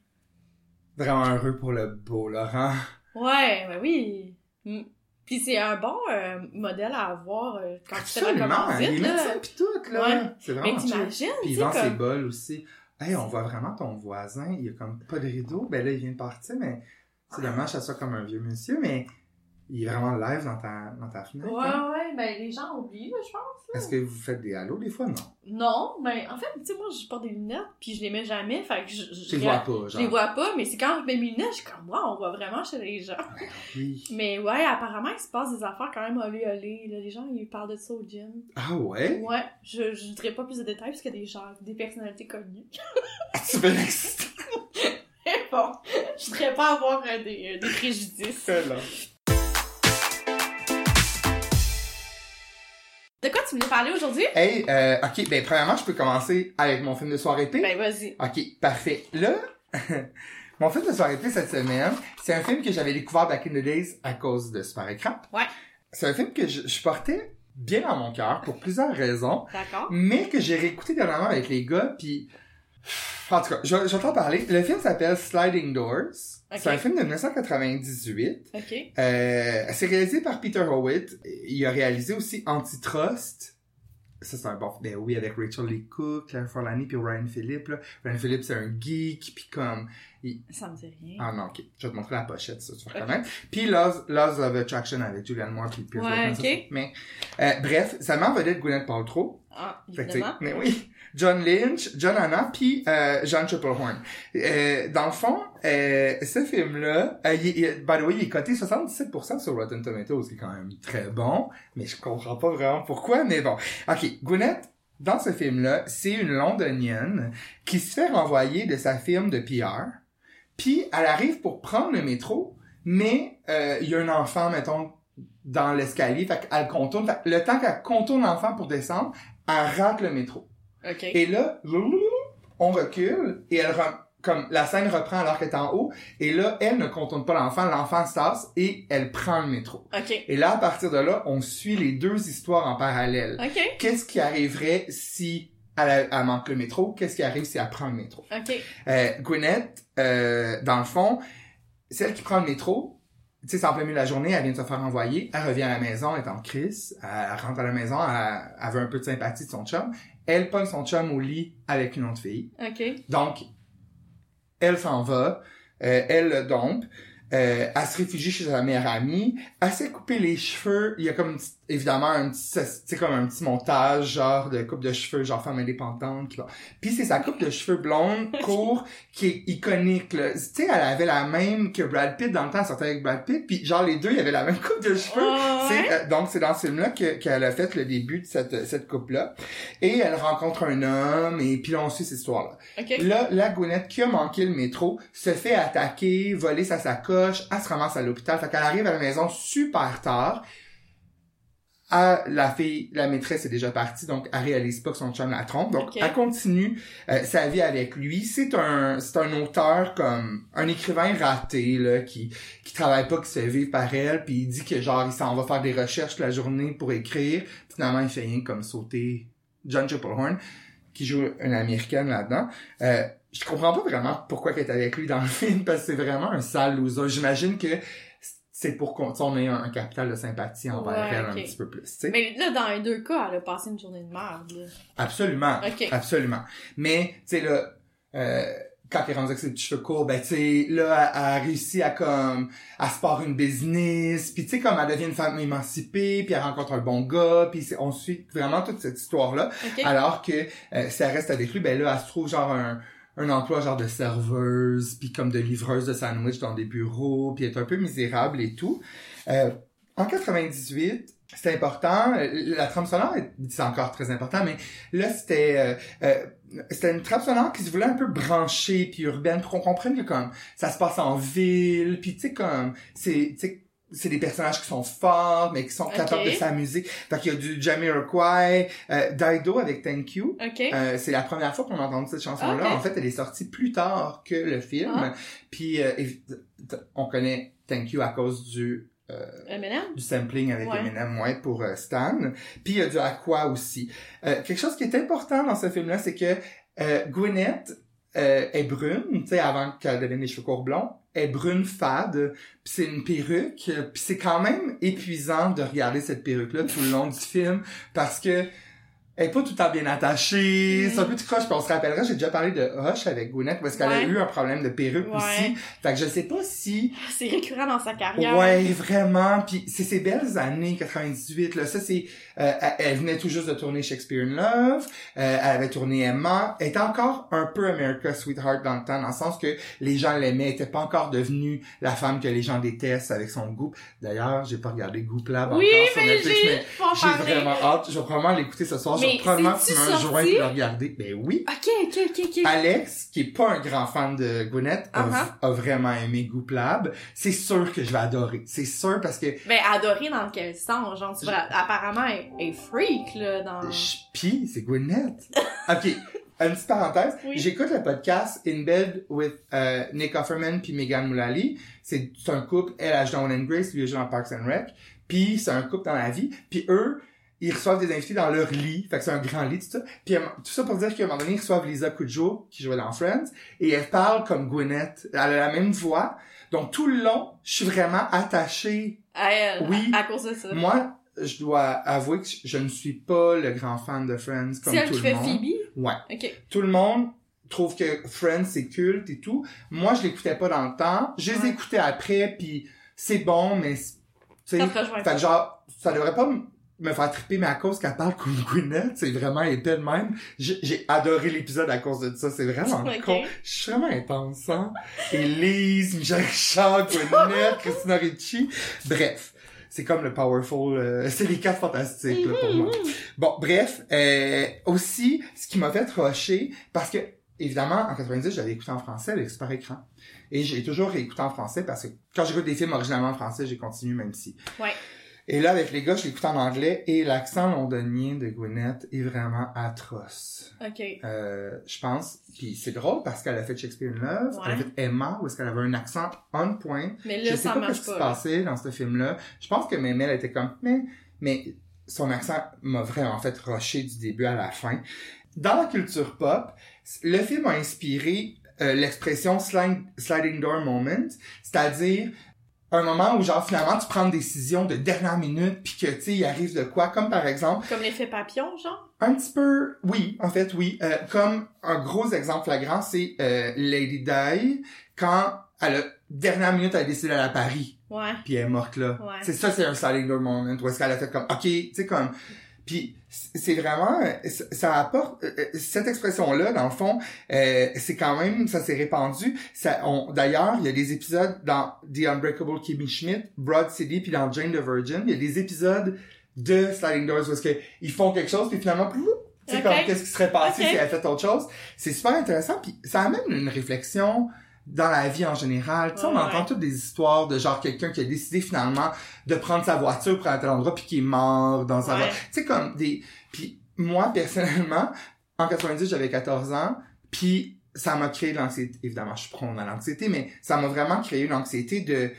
A: vraiment heureux pour le beau Laurent.
B: Ouais, ben oui. Mm. Puis c'est un bon euh, modèle à avoir euh, quand tu te
A: Absolument,
B: recommandes
A: il est
B: vite, là.
A: médecin pis tout, là.
B: Ouais.
A: C'est
B: Mais
A: vraiment chill.
B: t'imagines,
A: Puis
B: tu
A: il
B: sais,
A: vend ses
B: comme...
A: bols aussi. Hey, on voit vraiment ton voisin, il y a comme pas de rideau. Ben là, il vient de partir, mais c'est dommage, ça soit comme un vieux monsieur, mais il est vraiment live dans ta, dans ta fenêtre.
B: Ouais,
A: hein.
B: ouais, ben les gens oublient, là, je pense.
A: Est-ce que vous faites des halos des fois? Non.
B: Non, ben en fait, tu sais, moi, je porte des lunettes, puis je les mets jamais, fait que je...
A: Je les vois pas,
B: Je
A: genre.
B: les vois pas, mais c'est quand je mets mes lunettes, je suis comme, wow, on voit vraiment chez les gens.
A: Oui.
B: Mais ouais, apparemment, il se passe des affaires quand même olé olé. Là, les gens, ils parlent de ça au gym.
A: Ah ouais?
B: Ouais, je, je dirais pas plus de détails parce qu'il y a des gens, des personnalités connues.
A: tu veux l'exciter?
B: Mais bon, je voudrais pas avoir euh, des, euh, des préjudices.
A: là.
B: De quoi tu voulais parler aujourd'hui?
A: Hey, euh, ok, ben premièrement, je peux commencer avec mon film de soirée épée.
B: Ben vas-y.
A: Ok, parfait. Là, mon film de soirée épée cette semaine, c'est un film que j'avais découvert back in the days à cause de Super Écran.
B: Ouais.
A: C'est un film que je, je portais bien dans mon cœur pour plusieurs raisons,
B: D'accord.
A: mais que j'ai réécouté dernièrement avec les gars, puis... En tout cas, je, je vais t'en parler. Le film s'appelle Sliding Doors.
B: Ok.
A: C'est un film de 1998.
B: Ok.
A: Euh, c'est réalisé par Peter Howitt. Il a réalisé aussi Antitrust. Ça, c'est un bon... Ben oui, avec Rachel Lee Cook, Claire Forlani, puis Ryan Phillippe. Là. Ryan Phillippe, c'est un geek, puis comme...
B: Ça me dit rien.
A: Ah non, OK. Je vais te montrer la pochette, ça, tu vas
B: Ok.
A: reconnaître. Puis Laws, Laws of Attraction avec Julianne Moore, puis Pierce
B: Ouais,
A: Brosnan, ça,
B: ok.
A: c'est- Mais, euh, bref, ça m'en venait de Gwyneth Paltrow.
B: Ah,
A: Fait que, tu sais,
B: évidemment.
A: mais oui. John Lynch, John Anna, puis euh, John Triplehorn. Euh, dans le fond, euh, ce film-là, euh, il- il- by the way, il est coté 77% sur Rotten Tomatoes, ce qui est quand même très bon, mais je comprends pas vraiment pourquoi, mais bon. OK, Gwyneth, dans ce film-là, c'est une londonienne qui se fait renvoyer de sa firme de PR, puis elle arrive pour prendre le métro, mais euh, il y a un enfant, mettons, dans l'escalier, fait qu'elle contourne. Fait que le temps qu'elle contourne l'enfant pour descendre, elle rate le métro.
B: Ok.
A: Et là, on recule et elle rem- comme la scène reprend alors qu'elle est en haut, et là, elle ne contourne pas l'enfant, l'enfant se tasse et elle prend le métro.
B: OK.
A: Et là, à partir de là, on suit les deux histoires en parallèle.
B: OK.
A: Qu'est-ce qui arriverait si elle, a- elle manque le métro? Qu'est-ce qui arrive si elle prend le métro?
B: OK.
A: Euh, Gwyneth, euh, dans le fond, celle qui prend le métro, tu sais, c'est en plein milieu de la journée, elle vient de se faire envoyer, elle revient à la maison, elle est en crise, elle rentre à la maison, elle, elle veut un peu de sympathie de son chum, elle pogne son chum au lit avec une autre fille.
B: OK.
A: Donc, elle s'en va, euh, elle le dompe, euh, elle se réfugie chez sa meilleure amie, elle s'est coupée les cheveux, il y a comme, une petite- évidemment, un petit, c'est c'est comme un petit montage, genre, de coupe de cheveux, genre femme indépendante, qui va- Puis c'est sa coupe de cheveux blonde, court, qui est iconique, là. Tu sais, elle avait la même que Brad Pitt dans le temps, elle sortait avec Brad Pitt, puis genre, les deux, ils avaient la même coupe de cheveux.
B: Ah, ouais.
A: C'est, euh, donc, c'est dans ce film-là que- qu'elle a fait le début de cette, cette couple-là. Et elle rencontre un homme, et puis là, on suit cette histoire-là.
B: OK.
A: Là, la gounette qui a manqué le métro se fait attaquer, voler sa sacoche, elle se ramasse à l'hôpital. Fait qu'elle arrive à la maison super tard. À la fille, la maîtresse est déjà partie, donc elle réalise pas que son chum la trompe. Donc
B: Ok.
A: elle continue euh, sa vie avec lui. C'est un, c'est un auteur comme un écrivain raté là qui qui travaille pas, qui se fait vivre par elle, puis il dit que genre il s'en va faire des recherches la journée pour écrire. Finalement, il fait rien comme sauter John Triplehorn qui joue une américaine là-dedans. Euh, je comprends pas vraiment pourquoi elle est avec lui dans le film, parce que c'est vraiment un sale loser. J'imagine que c'est pour qu'on on ait un, un capital de sympathie envers
B: Ouais,
A: elle
B: ok.
A: un petit peu plus. tu sais.
B: Mais là, dans les deux cas, elle a passé une journée de merde. là.
A: Absolument.
B: OK.
A: Absolument. Mais, tu sais, là, euh, quand elle est rendue avec ses petits cheveux courts, ben, tu sais, là, elle, elle réussit à, comme, à se part une business, puis tu sais, comme, elle devient une femme émancipée, puis elle rencontre un bon gars, puis c'est- on suit vraiment toute cette histoire-là.
B: OK.
A: Alors que euh, si elle reste avec lui, ben là, elle se trouve genre un, un emploi genre de serveuse, puis comme de livreuse de sandwich dans des bureaux, puis elle est un peu misérable et tout. Euh, en 98, c'est important, euh, la trame sonore, est- c'est encore très important, mais là, c'était... euh, euh, c'était une trame sonore qui se voulait un peu branchée puis urbaine pour qu'on comprenne que comme ça se passe en ville puis tu sais comme c'est tu sais, c'est des personnages qui sont forts mais qui sont
B: Ok.
A: capables de s'amuser fait qu'il y a du Jamiroquai euh, Dido avec Thank You
B: OK.
A: euh, c'est la première fois qu'on a entendu cette chanson-là.
B: Ok.
A: En fait, elle est sortie plus tard que le film.
B: Ah.
A: Puis, euh, évi- t- on connaît Thank You à cause du, euh,
B: Eminem?
A: du sampling avec
B: Ouais.
A: Eminem, ouais, pour euh, Stan. Puis, il y a du Aqua aussi. Euh, quelque chose qui est important dans ce film-là, c'est que euh, Gwyneth euh, est brune, tu sais, avant qu'elle devienne les cheveux courts blonds, est brune fade, puis c'est une perruque, euh, puis c'est quand même épuisant de regarder cette perruque-là tout le long du film, parce que elle est pas tout le temps bien attachée, c'est un peu tout croche, puis on se rappellera, j'ai déjà parlé de Hush avec Gwyneth, parce qu'elle a
B: Ouais.
A: eu un problème de perruque
B: Ouais.
A: aussi, fait que je sais pas si
B: C'est récurrent dans sa carrière.
A: Ouais, vraiment. Puis c'est ces belles années 98 là. Ça c'est, euh, elle- elle venait tout juste de tourner Shakespeare in Love. Euh, elle avait tourné Emma. Elle était encore un peu America Sweetheart dans le temps, dans le sens que les gens l'aimaient. Elle était pas encore devenue la femme que les gens détestent avec son goût. D'ailleurs, j'ai pas regardé Goop Lab
B: Oui,
A: encore sur
B: mais
A: Netflix, mais
B: j'ai pas
A: j'ai
B: parlé.
A: vraiment hâte. Je vais probablement l'écouter ce soir. Je vais
B: Mais
A: probablement
B: c'est-tu
A: fumer un joint
B: sorti?
A: et le regarder. Ben oui.
B: OK, OK, OK, OK.
A: Ben, Alex, qui est pas un grand fan de Gwyneth, a-
B: Uh-huh.
A: a, vraiment aimé Gooplab. C'est sûr que je vais adorer. C'est sûr parce que
B: Ben, adorée dans quel sens? Genre, tu vois, apparemment, elle elle est freak, là, dans...
A: je pis, c'est Gwyneth. ok, une petite parenthèse.
B: Oui.
A: J'écoute le podcast In Bed with euh, Nick Offerman puis Megan Mullally. C'est c'est un couple, elle a joué dans Will and Grace, lui a joué dans Parks and Rec. Puis c'est un couple dans la vie. Puis eux, ils reçoivent des invités dans leur lit. Fait que c'est un grand lit, tout ça. Puis euh, tout ça pour dire qu'à un moment donné, ils reçoivent Lisa Kudrow, qui jouait dans Friends, et elle parle comme Gwyneth. Elle a la même voix. Donc tout le long, je suis vraiment attachée
B: à elle,
A: Oui.
B: à, à cause de ça.
A: moi, je dois avouer que je ne suis pas le grand fan de Friends comme
B: C'est elle
A: tout
B: qui
A: le
B: fait
A: monde.
B: Phoebe?
A: Ouais.
B: OK.
A: Tout le monde trouve que Friends c'est culte et tout. Moi, je l'écoutais pas dans le temps. Je les
B: Ouais.
A: écoutais après puis c'est bon mais c'est- tu sais
B: Ça te rejoint.
A: fait que genre ça devrait pas m- me faire triper mais à cause qu'elle parle comme Gwyneth, c'est vraiment épais de même. J'ai j'ai adoré l'épisode à cause de ça, c'est vraiment
B: Ok.
A: con. Je suis vraiment intense, hein? Elise, Michel Richard, Gwyneth, Christina Ricci. Bref, c'est comme le Powerful. euh, c'est les quatre fantastiques là, pour moi. Bon, bref, euh, aussi, ce qui m'a fait rusher, parce que, évidemment, en 90, j'avais écouté en français avec super écran. Et j'ai toujours réécouté en français parce que quand j'écoute des films originalement en français, j'ai continué même si.
B: Ouais.
A: Et là, avec les gars, je l'écoute en anglais et l'accent londonien de Gwyneth est vraiment atroce.
B: OK.
A: Euh, je pense, puis c'est drôle parce qu'elle a fait Shakespeare in Love, elle a
B: Ouais.
A: fait Emma, où est-ce qu'elle avait un accent on point.
B: Mais
A: je
B: là,
A: sais
B: ça
A: pas ce
B: marche
A: qui se
B: pas. là.
A: passait dans ce film-là. Je pense que Memel était comme, mais, mais son accent m'a vraiment fait rusher du début à la fin. Dans la culture pop, le film a inspiré euh, l'expression slide- sliding door moment, c'est-à-dire un moment où genre finalement tu prends une décision de dernière minute puis que tu sais il arrive de quoi comme par exemple
B: Comme l'effet papillon, genre?
A: un petit peu, oui, en fait, oui. Euh, comme un gros exemple flagrant, c'est euh, Lady Di, quand à la dernière minute, elle décide d'aller à Paris,
B: Ouais.
A: puis elle est morte là.
B: Ouais.
A: C'est ça, c'est un sliding door moment, où est-ce qu'elle a fait comme, ok, tu sais, comme... Puis c'est c'est vraiment, euh, ça- ça apporte, euh, euh, cette expression-là, dans le fond, euh, c'est quand même, ça s'est répandu. Ça, on- D'ailleurs, il y a des épisodes dans The Unbreakable Kimmy Schmidt, Broad City, puis dans Jane the Virgin, il y a des épisodes de Sliding Doors parce que ils font quelque chose, puis finalement, ploup, tu sais,
B: Ok.
A: comme qu'est-ce qui serait passé
B: Ok.
A: si elle avait fait autre chose. C'est super intéressant, puis ça amène une réflexion dans la vie en général. Tu sais, on
B: Ouais,
A: entend
B: ouais.
A: toutes des histoires de genre quelqu'un qui a décidé finalement de prendre sa voiture pour aller à tel endroit, puis qui est mort dans sa
B: Ouais.
A: voiture. Tu sais, comme des... Puis moi, personnellement, en 90, j'avais 14 ans, puis ça m'a créé de l'anxiété. Évidemment, je suis prône à l'anxiété, mais ça m'a vraiment créé une anxiété de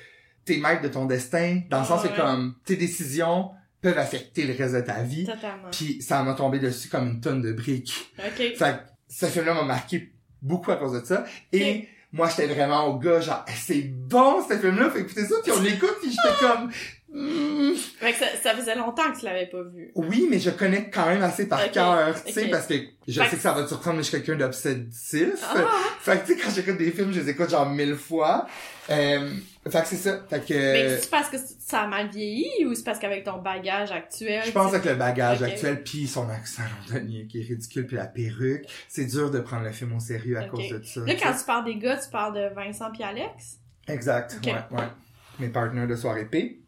A: t'es maître de ton destin, dans le sens que
B: Ouais.
A: comme tes décisions peuvent affecter le reste de ta vie.
B: Totalement.
A: Puis ça m'a tombé dessus comme une tonne de briques.
B: OK.
A: Fait que ce film-là m'a marqué beaucoup à cause de ça. Et moi, j'étais vraiment au gars, genre, Hey, c'est bon ce film-là, fait écouter ça, puis on l'écoute, puis j'étais comme... Hmm.
B: Fait que ça, ça faisait longtemps que tu l'avais pas vu.
A: Oui, mais je connais quand même assez par
B: Ok,
A: cœur, tu sais,
B: ok.
A: parce que je
B: Fait
A: sais
B: que-
A: que ça va te surprendre, mais je suis quelqu'un d'obsessif.
B: Ah!
A: Fait que tu sais, quand j'écoute des films, je les écoute genre mille fois. Euh, fait que c'est ça. Fait que
B: Mais c'est parce que ça a mal vieilli ou c'est parce qu'avec ton bagage actuel...
A: je pense que le bagage
B: Ok.
A: actuel, puis son accent londonien qui est ridicule, puis la perruque, c'est dur de prendre le film au sérieux à
B: Ok.
A: cause de ça.
B: Là,
A: tu
B: quand tu parles des gars, tu parles de Vincent puis Alex?
A: Exact,
B: Ok.
A: ouais, ouais. Mes partenaires de soirée P.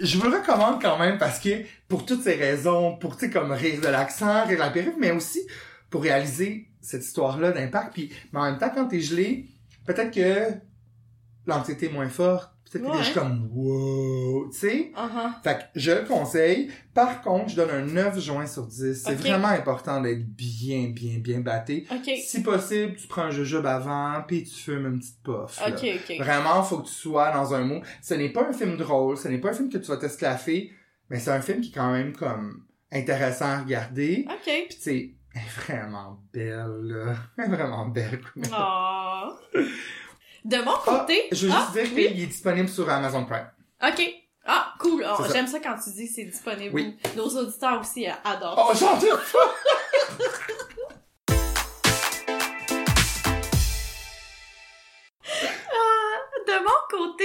A: Je vous le recommande quand même parce que pour toutes ces raisons, pour tu sais comme rire de l'accent, rire de la périph, mais aussi pour réaliser cette histoire-là d'impact. Puis, mais en même temps, quand t'es gelé, peut-être que l'anxiété est moins forte. Peut-être que t'es
B: Ouais.
A: juste comme wow, tu sais.
B: Ah ah.
A: Fait que je le conseille. Par contre, je donne un 9 juin sur 10. C'est
B: Ok.
A: vraiment important d'être bien, bien, bien batté.
B: OK.
A: Si possible, tu prends un jujube avant, puis tu fumes une petite puff. là.
B: OK, OK.
A: Vraiment, faut que tu sois dans un mot. Ce n'est pas un film drôle, ce n'est pas un film que tu vas t'esclaffer, mais c'est un film qui est quand même comme intéressant à regarder.
B: OK.
A: Puis tu sais, elle est vraiment belle, là. Elle est vraiment belle. Gwyneth.
B: Ah. De mon côté...
A: Je veux juste
B: Ah,
A: dire
B: oui.
A: qu'il est disponible sur Amazon Prime.
B: OK. Ah, cool. Oh,
A: C'est ça.
B: J'aime ça quand tu dis que c'est disponible.
A: Oui.
B: Nos auditeurs aussi euh, adorent.
A: Oh, j'en doute pas! Oh!
B: De mon côté,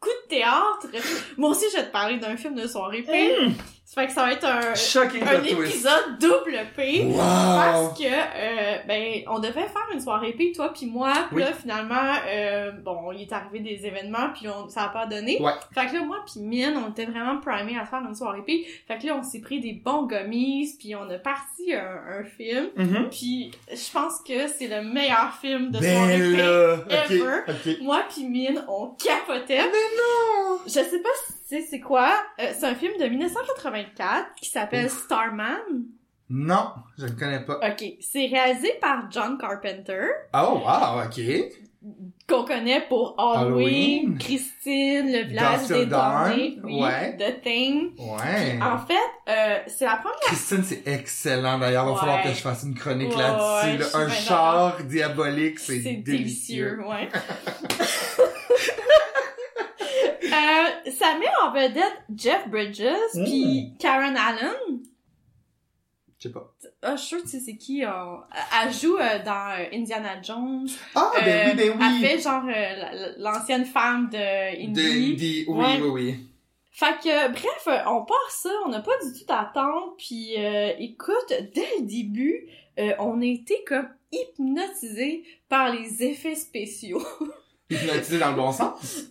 B: coup de théâtre. Moi aussi, je vais te parler d'un film de soirée
A: Euh.
B: P. Ça fait que ça va être un,
A: Shocking
B: Hum! un
A: plot twist.
B: épisode double P.
A: Wow!
B: Parce que, euh, ben, on devait faire une soirée P, toi puis moi. Puis
A: Oui.
B: là, finalement, euh, bon, il est arrivé des événements, puis on, ça a pas donné.
A: Ouais.
B: Fait que là, moi puis Mine, on était vraiment primés à faire une soirée P. Fait que là, on s'est pris des bons gummies, puis on a parti un, un film.
A: Mhm.
B: Puis je pense que c'est le meilleur film de soirée
A: Ben
B: P.
A: là!
B: ever.
A: Ok, ok.
B: Moi puis Mine, on capotait.
A: non!
B: Je sais pas si tu sais c'est quoi. Euh, c'est un film de 1984 qui s'appelle Starman.
A: Non, je ne connais pas.
B: Ok, c'est réalisé par John Carpenter,
A: Oh, wow, ok.
B: qu'on connaît pour Halloween,
A: Halloween.
B: Christine, Le
A: Dans
B: village
A: Till
B: des damnés,
A: Dawn,
B: oui,
A: ouais.
B: The Thing.
A: Ouais.
B: En fait, euh, c'est la première.
A: Christine, c'est excellent d'ailleurs. Il va
B: Ouais.
A: falloir que je fasse une chronique
B: Ouais,
A: là-dessus.
B: ouais,
A: là.
B: je suis
A: Un
B: bien
A: char diabolique, c'est
B: C'est
A: délicieux.
B: délicieux, ouais. Euh, ça met en vedette Jeff Bridges
A: Mm.
B: puis Karen Allen.
A: Je sais pas.
B: Ah, je suis sûre que tu sais c'est qui. euh, Elle joue euh, dans euh, Indiana Jones.
A: Ah, ben oui, ben
B: Elle
A: oui.
B: fait genre euh, la- la- l'ancienne femme de
A: De
B: Indy.
A: Indy. Oui,
B: Ouais.
A: oui, oui.
B: Fait que, euh, bref, euh, on part ça, on n'a pas du tout d'attente, puis euh, écoute, dès le début, euh, on a été comme hypnotisés par les effets spéciaux.
A: Hypnotisé dans le bon sens.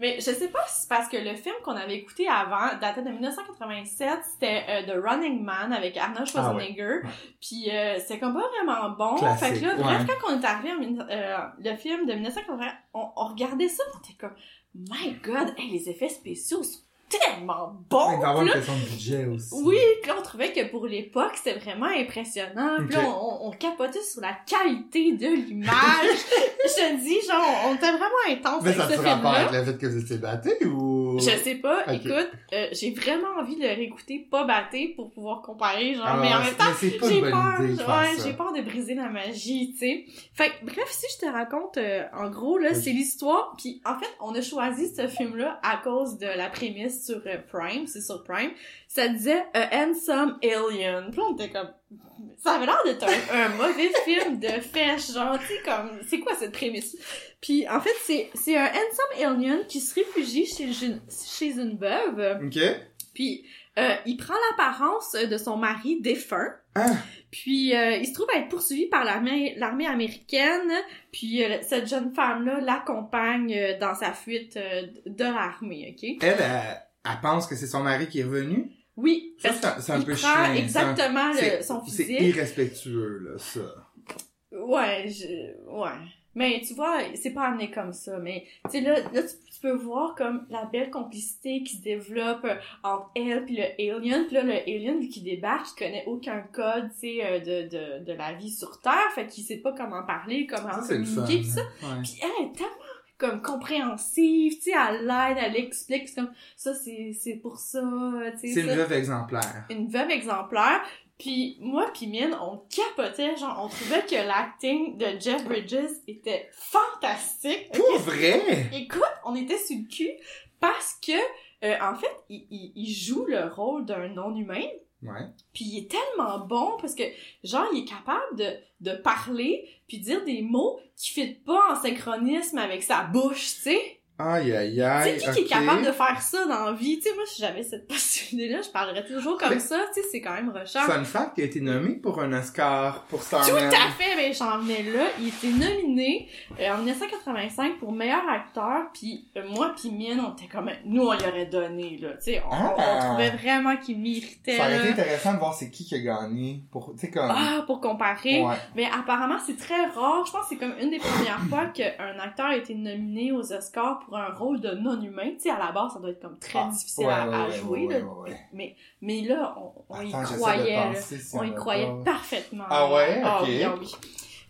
B: Mais je sais pas si c'est parce que le film qu'on avait écouté avant, datait de 1987, c'était euh, The Running Man avec Arnold Schwarzenegger.
A: Ah ouais.
B: Puis euh, c'était comme pas vraiment bon.
A: Classique,
B: fait que là,
A: ouais.
B: bref, quand on est arrivé en mille- euh, le film de 1980, on, on regardait ça, on était comme My God, hey, les effets spéciaux sont tellement
A: Il
B: bon!
A: va y avoir une
B: Puis Oh, là,
A: question de budget aussi.
B: oui, puis là, on trouvait que pour l'époque, c'était vraiment impressionnant. Puis là,
A: Ok.
B: on, on capotait sur la qualité de l'image. Je te dis, genre, on était vraiment intense
A: Mais
B: avec
A: ça
B: ce
A: te rapport avec
B: film-là.
A: le fait que vous étiez batté ou.
B: Je sais pas,
A: Ok.
B: écoute, euh, j'ai vraiment envie de le réécouter pas batté pour pouvoir comparer, genre,
A: Ah,
B: mais en même temps,
A: c'est pas
B: j'ai
A: une bonne
B: peur,
A: idée de faire
B: ouais,
A: ça.
B: j'ai peur de briser la magie, tu sais. Fait que, bref, si je te raconte, euh, en gros, là,
A: Oui.
B: c'est l'histoire, puis en fait, on a choisi ce film-là à cause de la prémisse sur euh, Prime, c'est sur Prime, ça disait « A Handsome Alien », puis là, on était comme... Ça avait l'air d'être un, un mauvais film de fèche, genre, tu sais, comme, c'est quoi cette prémisse? Puis, en fait, c'est, c'est un handsome alien qui se réfugie chez une, chez une veuve,
A: Ok.
B: puis euh, il prend l'apparence de son mari défunt,
A: Ah.
B: puis euh, il se trouve à être poursuivi par l'armée, l'armée américaine, puis euh, cette jeune femme-là l'accompagne euh, dans sa fuite euh, de l'armée, ok?
A: Elle, elle, elle pense que c'est son mari qui est revenu.
B: Oui,
A: Ça,
B: parce
A: c'est un- c'est un
B: qu'il
A: peu
B: prend
A: chiant, ça.
B: exactement le-
A: C'est-
B: son
A: C'est
B: physique.
A: irrespectueux, là, ça.
B: Ouais, je... ouais. Mais tu vois, c'est pas amené comme ça. Mais tu sais, là, là tu, tu peux voir comme la belle complicité qui se développe euh, entre elle puis le alien. Puis là, le alien, vu qu'il débarque, il connaît aucun code, tu sais, euh, de, de, de la vie sur Terre. Fait qu'il sait pas comment parler, comment
A: Ça, c'est le fun. hein.
B: communiquer, pis ça.
A: Ouais.
B: Puis elle est tellement comme compréhensive, tu sais, elle l'aide, elle explique, c'est comme ça, c'est c'est pour ça, tu
A: C'est
B: sais.
A: une
B: ça
A: veuve exemplaire.
B: une veuve exemplaire. Puis moi puis Mine, on capotait, genre on trouvait que l'acting de Jeff Bridges était fantastique.
A: Pour vrai!
B: Écoute, on était sur le cul parce que euh, en fait, il, il- il joue le rôle d'un non-humain.
A: Ouais.
B: Puis il est tellement bon parce que genre il est capable de, de parler puis dire des mots qui fitent pas en synchronisme avec sa bouche, tu sais.
A: Aïe, aïe,
B: Tu
A: aïe.
B: sais, qui,
A: ok.
B: qui est capable de faire ça dans la vie? Tu sais, moi, si j'avais cette possibilité-là, je parlerais toujours comme
A: Mais-
B: ça. Tu sais, c'est quand même recherche.
A: Fun fact, il a été nommé pour un Oscar pour ça.
B: Tout à fait, mais j'en venais là. Il était nominé euh, en 1985 pour meilleur acteur, puis euh, moi puis Mine, on était comme nous on lui aurait donné là, tu sais, on,
A: Ah.
B: on trouvait vraiment qu'il méritait
A: Ça aurait été
B: là.
A: intéressant de voir c'est qui qui a gagné. Pour, tu sais, comme.
B: Ah, pour comparer.
A: ouais.
B: Mais apparemment, c'est très rare. Je pense que c'est comme une des premières fois qu'un acteur a été nominé aux Oscars pour un rôle de non-humain. Tu sais, à la base, ça doit être comme très
A: Ah,
B: difficile
A: ouais,
B: à,
A: ouais,
B: à
A: ouais,
B: jouer.
A: ouais,
B: là.
A: ouais, ouais.
B: Mais là, on, on y
A: Attends, j'essaie de
B: croyait. là.
A: penser si
B: On
A: en
B: y
A: a
B: croyait
A: pas.
B: parfaitement.
A: Ah ouais?
B: Ah
A: Ok.
B: oui, ah oui.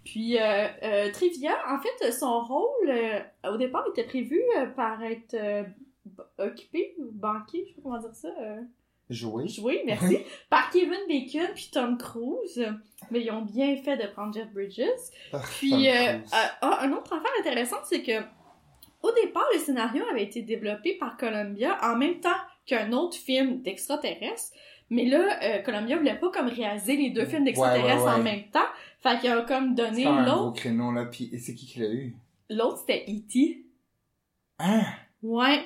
B: Puis, euh, euh, Trivia, en fait, son rôle, euh, au départ, était prévu euh, par être euh, b- occupé ou banqué, je sais pas comment dire ça, euh,
A: Jouer.
B: joué, merci, par Kevin Bacon puis Tom Cruise. Mais ils ont bien fait de prendre Jeff Bridges.
A: Ah, Tom
B: Puis, euh,
A: Cruise.
B: ah, ah, un autre affaire intéressante, c'est que au départ, le scénario avait été développé par Columbia en même temps qu'un autre film d'extraterrestres. Mais là, euh, Columbia voulait pas comme réaliser les deux films d'extraterrestres
A: Ouais, ouais, ouais.
B: en même temps. Fait qu'il a comme donné
A: C'est un gros
B: l'autre.
A: créneau, là. Puis, et c'est qui qui l'a eu?
B: L'autre, c'était E.T.
A: Hein?
B: Ouais.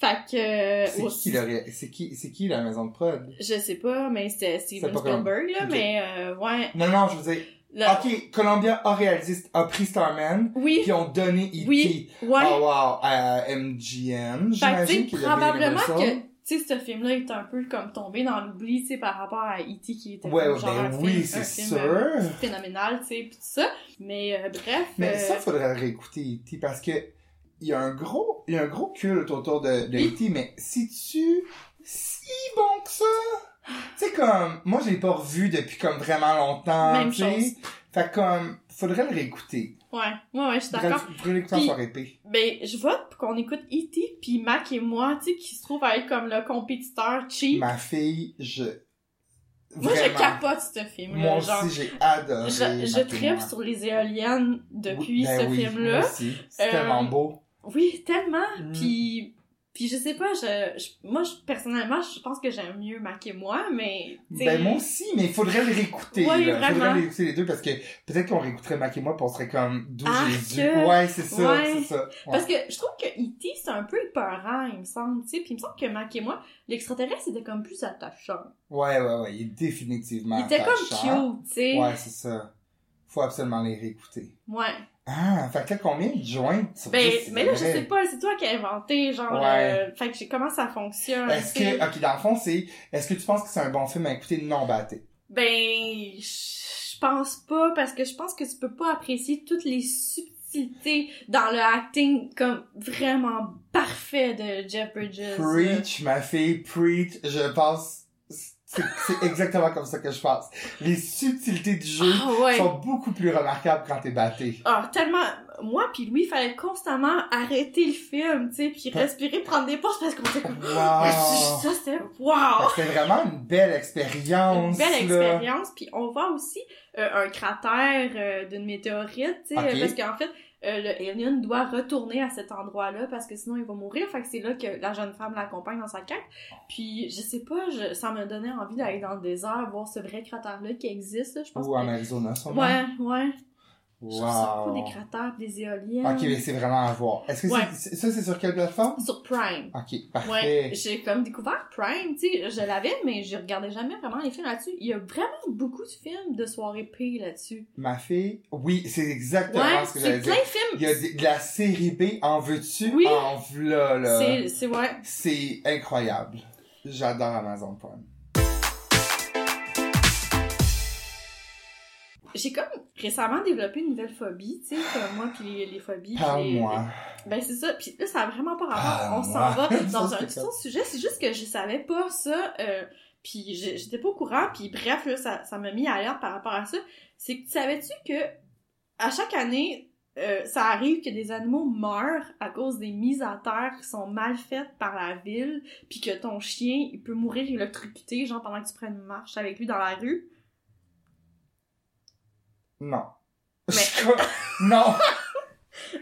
B: Fait que...
A: C'est
B: ouais,
A: qui, qui l'a ré- c'est qui, c'est qui la maison de prod?
B: Je sais pas, mais c'était Steven
A: pas comme-
B: Spielberg, là,
A: Ok. Ah,
B: mais euh, ouais.
A: Non, non, je veux dire.
B: Le-
A: Ok, Columbia a réalisé, a pris Starman,
B: Euh, Oui,
A: puis ont donné E E.T.
B: Oui. ouais.
A: Oh wow, à MGM,
B: Fait que,
A: j'imagine
B: tu sais,
A: qu'il avait
B: probablement que,
A: Universal.
B: tu sais, ce film-là est un peu comme tombé dans l'oubli, tu sais, par rapport à E.T. qui était
A: Ouais,
B: comme genre un
A: ben
B: film-
A: oui,
B: un
A: c'est
B: film,
A: sûr.
B: euh, phénoménal, tu sais, pis tout ça. Mais euh, bref,
A: Mais
B: euh,
A: ça, faudrait réécouter E.T. parce que il y a un gros, il y a un gros culte autour de, de E.T., mais si tu, si bon que ça, tu sais, comme, moi, je l'ai pas revu depuis comme vraiment longtemps,
B: Même
A: tu sais.
B: chose.
A: Fait que, comme, faudrait le réécouter.
B: ouais, ouais, ouais, je suis d'accord.
A: Faudrait- Faudrait l'écouter en
B: Puis-
A: soirée épée.
B: Ben, je vote pour qu'on écoute E.T. puis Mac et moi, tu sais, qui se trouve à être comme le compétiteur cheap.
A: Ma fille, je,
B: moi, je
A: vraiment,
B: capote ce film-là.
A: Moi
B: genre,
A: aussi, j'ai adoré.
B: je, je
A: Mac et
B: tripe
A: moi.
B: sur les éoliennes depuis
A: Oui, ben
B: ce
A: oui,
B: film-là.
A: moi aussi. C'est
B: Euh,
A: tellement beau.
B: Oui, tellement.
A: Mm.
B: Puis, puis je sais pas, je, je- moi, je- personnellement, je pense que j'aime mieux Mac et moi, mais... t'sais,
A: Ben moi aussi, mais il faudrait les réécouter.
B: Ouais,
A: là.
B: vraiment.
A: faudrait les réécouter les deux parce que peut-être qu'on réécouterait Mac et moi puis on serait comme d'où
B: Ah,
A: Jésus.
B: que-
A: Ouais, c'est ça,
B: Ouais.
A: c'est ça. Ouais.
B: Parce que je trouve que E.T., c'est un peu épeurant, il me semble, tu sais. Puis il me semble que Mac et moi, l'extraterrestre était comme plus attachant.
A: ouais, ouais, ouais, il est définitivement
B: il était comme
A: Ben, attachant.
B: cute, tu sais. Ouais.
A: Ouais, c'est ça. Faut absolument les réécouter. Ah, fait que là, combien de joints sur
B: Ben,
A: dix, c'est
B: mais là, je
A: vrai?
B: sais pas, c'est toi qui as inventé, genre...
A: Ouais.
B: le- Fait que j'ai comment ça fonctionne,
A: Est-ce
B: tu sais.
A: que, ok, dans le fond, c'est, est-ce que tu penses que c'est un bon film à écouter non batté?
B: Ben, je je pense pas, parce que je pense que tu peux pas apprécier toutes les subtilités subtilité, dans le acting comme vraiment parfait de Jeff Bridges.
A: Preach, ma fille, preach. Je pense, c'est c'est exactement comme ça que je pense. Les subtilités du jeu
B: Ah ouais.
A: sont beaucoup plus remarquables quand t'es batté.
B: Ah, tellement moi puis lui, il fallait constamment arrêter le film, tu sais, puis respirer, prendre des pauses parce qu'on était comme Ah,
A: Wow!
B: ça c'était wow.
A: C'était vraiment une belle expérience.
B: Une belle
A: là.
B: expérience. Puis on voit aussi euh, un cratère euh, d'une météorite, tu sais,
A: Ok.
B: euh, parce qu'en fait, euh, le alien doit retourner à cet endroit-là parce que sinon il va mourir. Fait que c'est là que la jeune femme l'accompagne dans sa quête. Puis je sais pas, je- ça me donnait envie d'aller dans le désert, voir ce vrai cratère-là qui existe. là. Je pense
A: Ou en
B: que...
A: Arizona, sûrement.
B: Ouais, ouais. Je trouve
A: Wow.
B: ça cool, des cratères, des éoliennes.
A: Ok, mais c'est vraiment à voir. Est-ce que
B: Ouais.
A: c'est- c'est- ça, c'est sur quelle plateforme?
B: Sur Prime.
A: Ok, parfait.
B: Ouais, j'ai comme découvert Prime, tu sais, je l'avais, mais je regardais jamais vraiment les films là-dessus. Il y a vraiment beaucoup de films de soirée P là-dessus.
A: Ma fille, oui, c'est exactement
B: Ouais,
A: ce que
B: c'est
A: j'allais
B: plein
A: dire.
B: de films.
A: Il y a des- de la série B en veux-tu,
B: Oui.
A: en v'là, là.
B: C'est, c'est, ouais.
A: C'est incroyable. J'adore Amazon Prime.
B: J'ai comme récemment développé une nouvelle phobie, tu sais, comme moi puis les, les phobies. puis les-
A: Parle-moi.
B: Ben c'est ça. Puis là, ça a vraiment pas rapport.
A: Ah,
B: On s'en va
A: moi.
B: dans
A: Ça,
B: un
A: c'est
B: tout autre sujet. C'est juste que je savais pas ça. euh, puis j'ai- j'étais pas au courant. Puis bref, là, ça ça m'a mis à l'heure par rapport à ça. C'est que tu savais-tu que à chaque année, euh, ça arrive que des animaux meurent à cause des mises à terre qui sont mal faites par la ville, puis que ton chien, il peut mourir électrocuté, genre pendant que tu prends une marche avec lui dans la rue.
A: Non.
B: Mais-
A: non!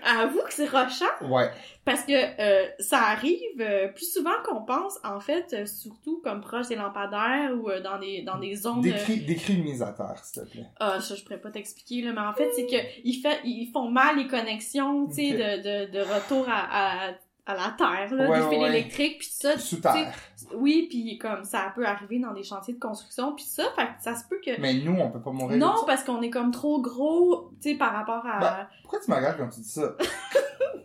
B: Avoue que c'est rochant.
A: Ouais.
B: Parce que euh, ça arrive euh, plus souvent qu'on pense, en fait, euh, surtout comme proche des lampadaires ou euh, dans des dans des zones. euh,
A: Décris, décris une mise à terre, s'il te plaît.
B: Ah, ça je pourrais pas t'expliquer là, mais en fait c'est que ils fait ils font mal les connexions, tu sais,
A: Ok.
B: de, de de retour à, à à la terre là,
A: Ouais,
B: des
A: ouais,
B: fils
A: ouais.
B: électriques puis tout ça. tu
A: Sous
B: sais.
A: terre.
B: Oui, puis comme ça peut arriver dans des chantiers de construction puis ça, fait que ça se peut que
A: Mais nous, on peut pas mourir.
B: non
A: de ça.
B: parce qu'on est comme trop gros, tu sais, par rapport à
A: Ben, Pourquoi tu me regardes quand tu dis ça?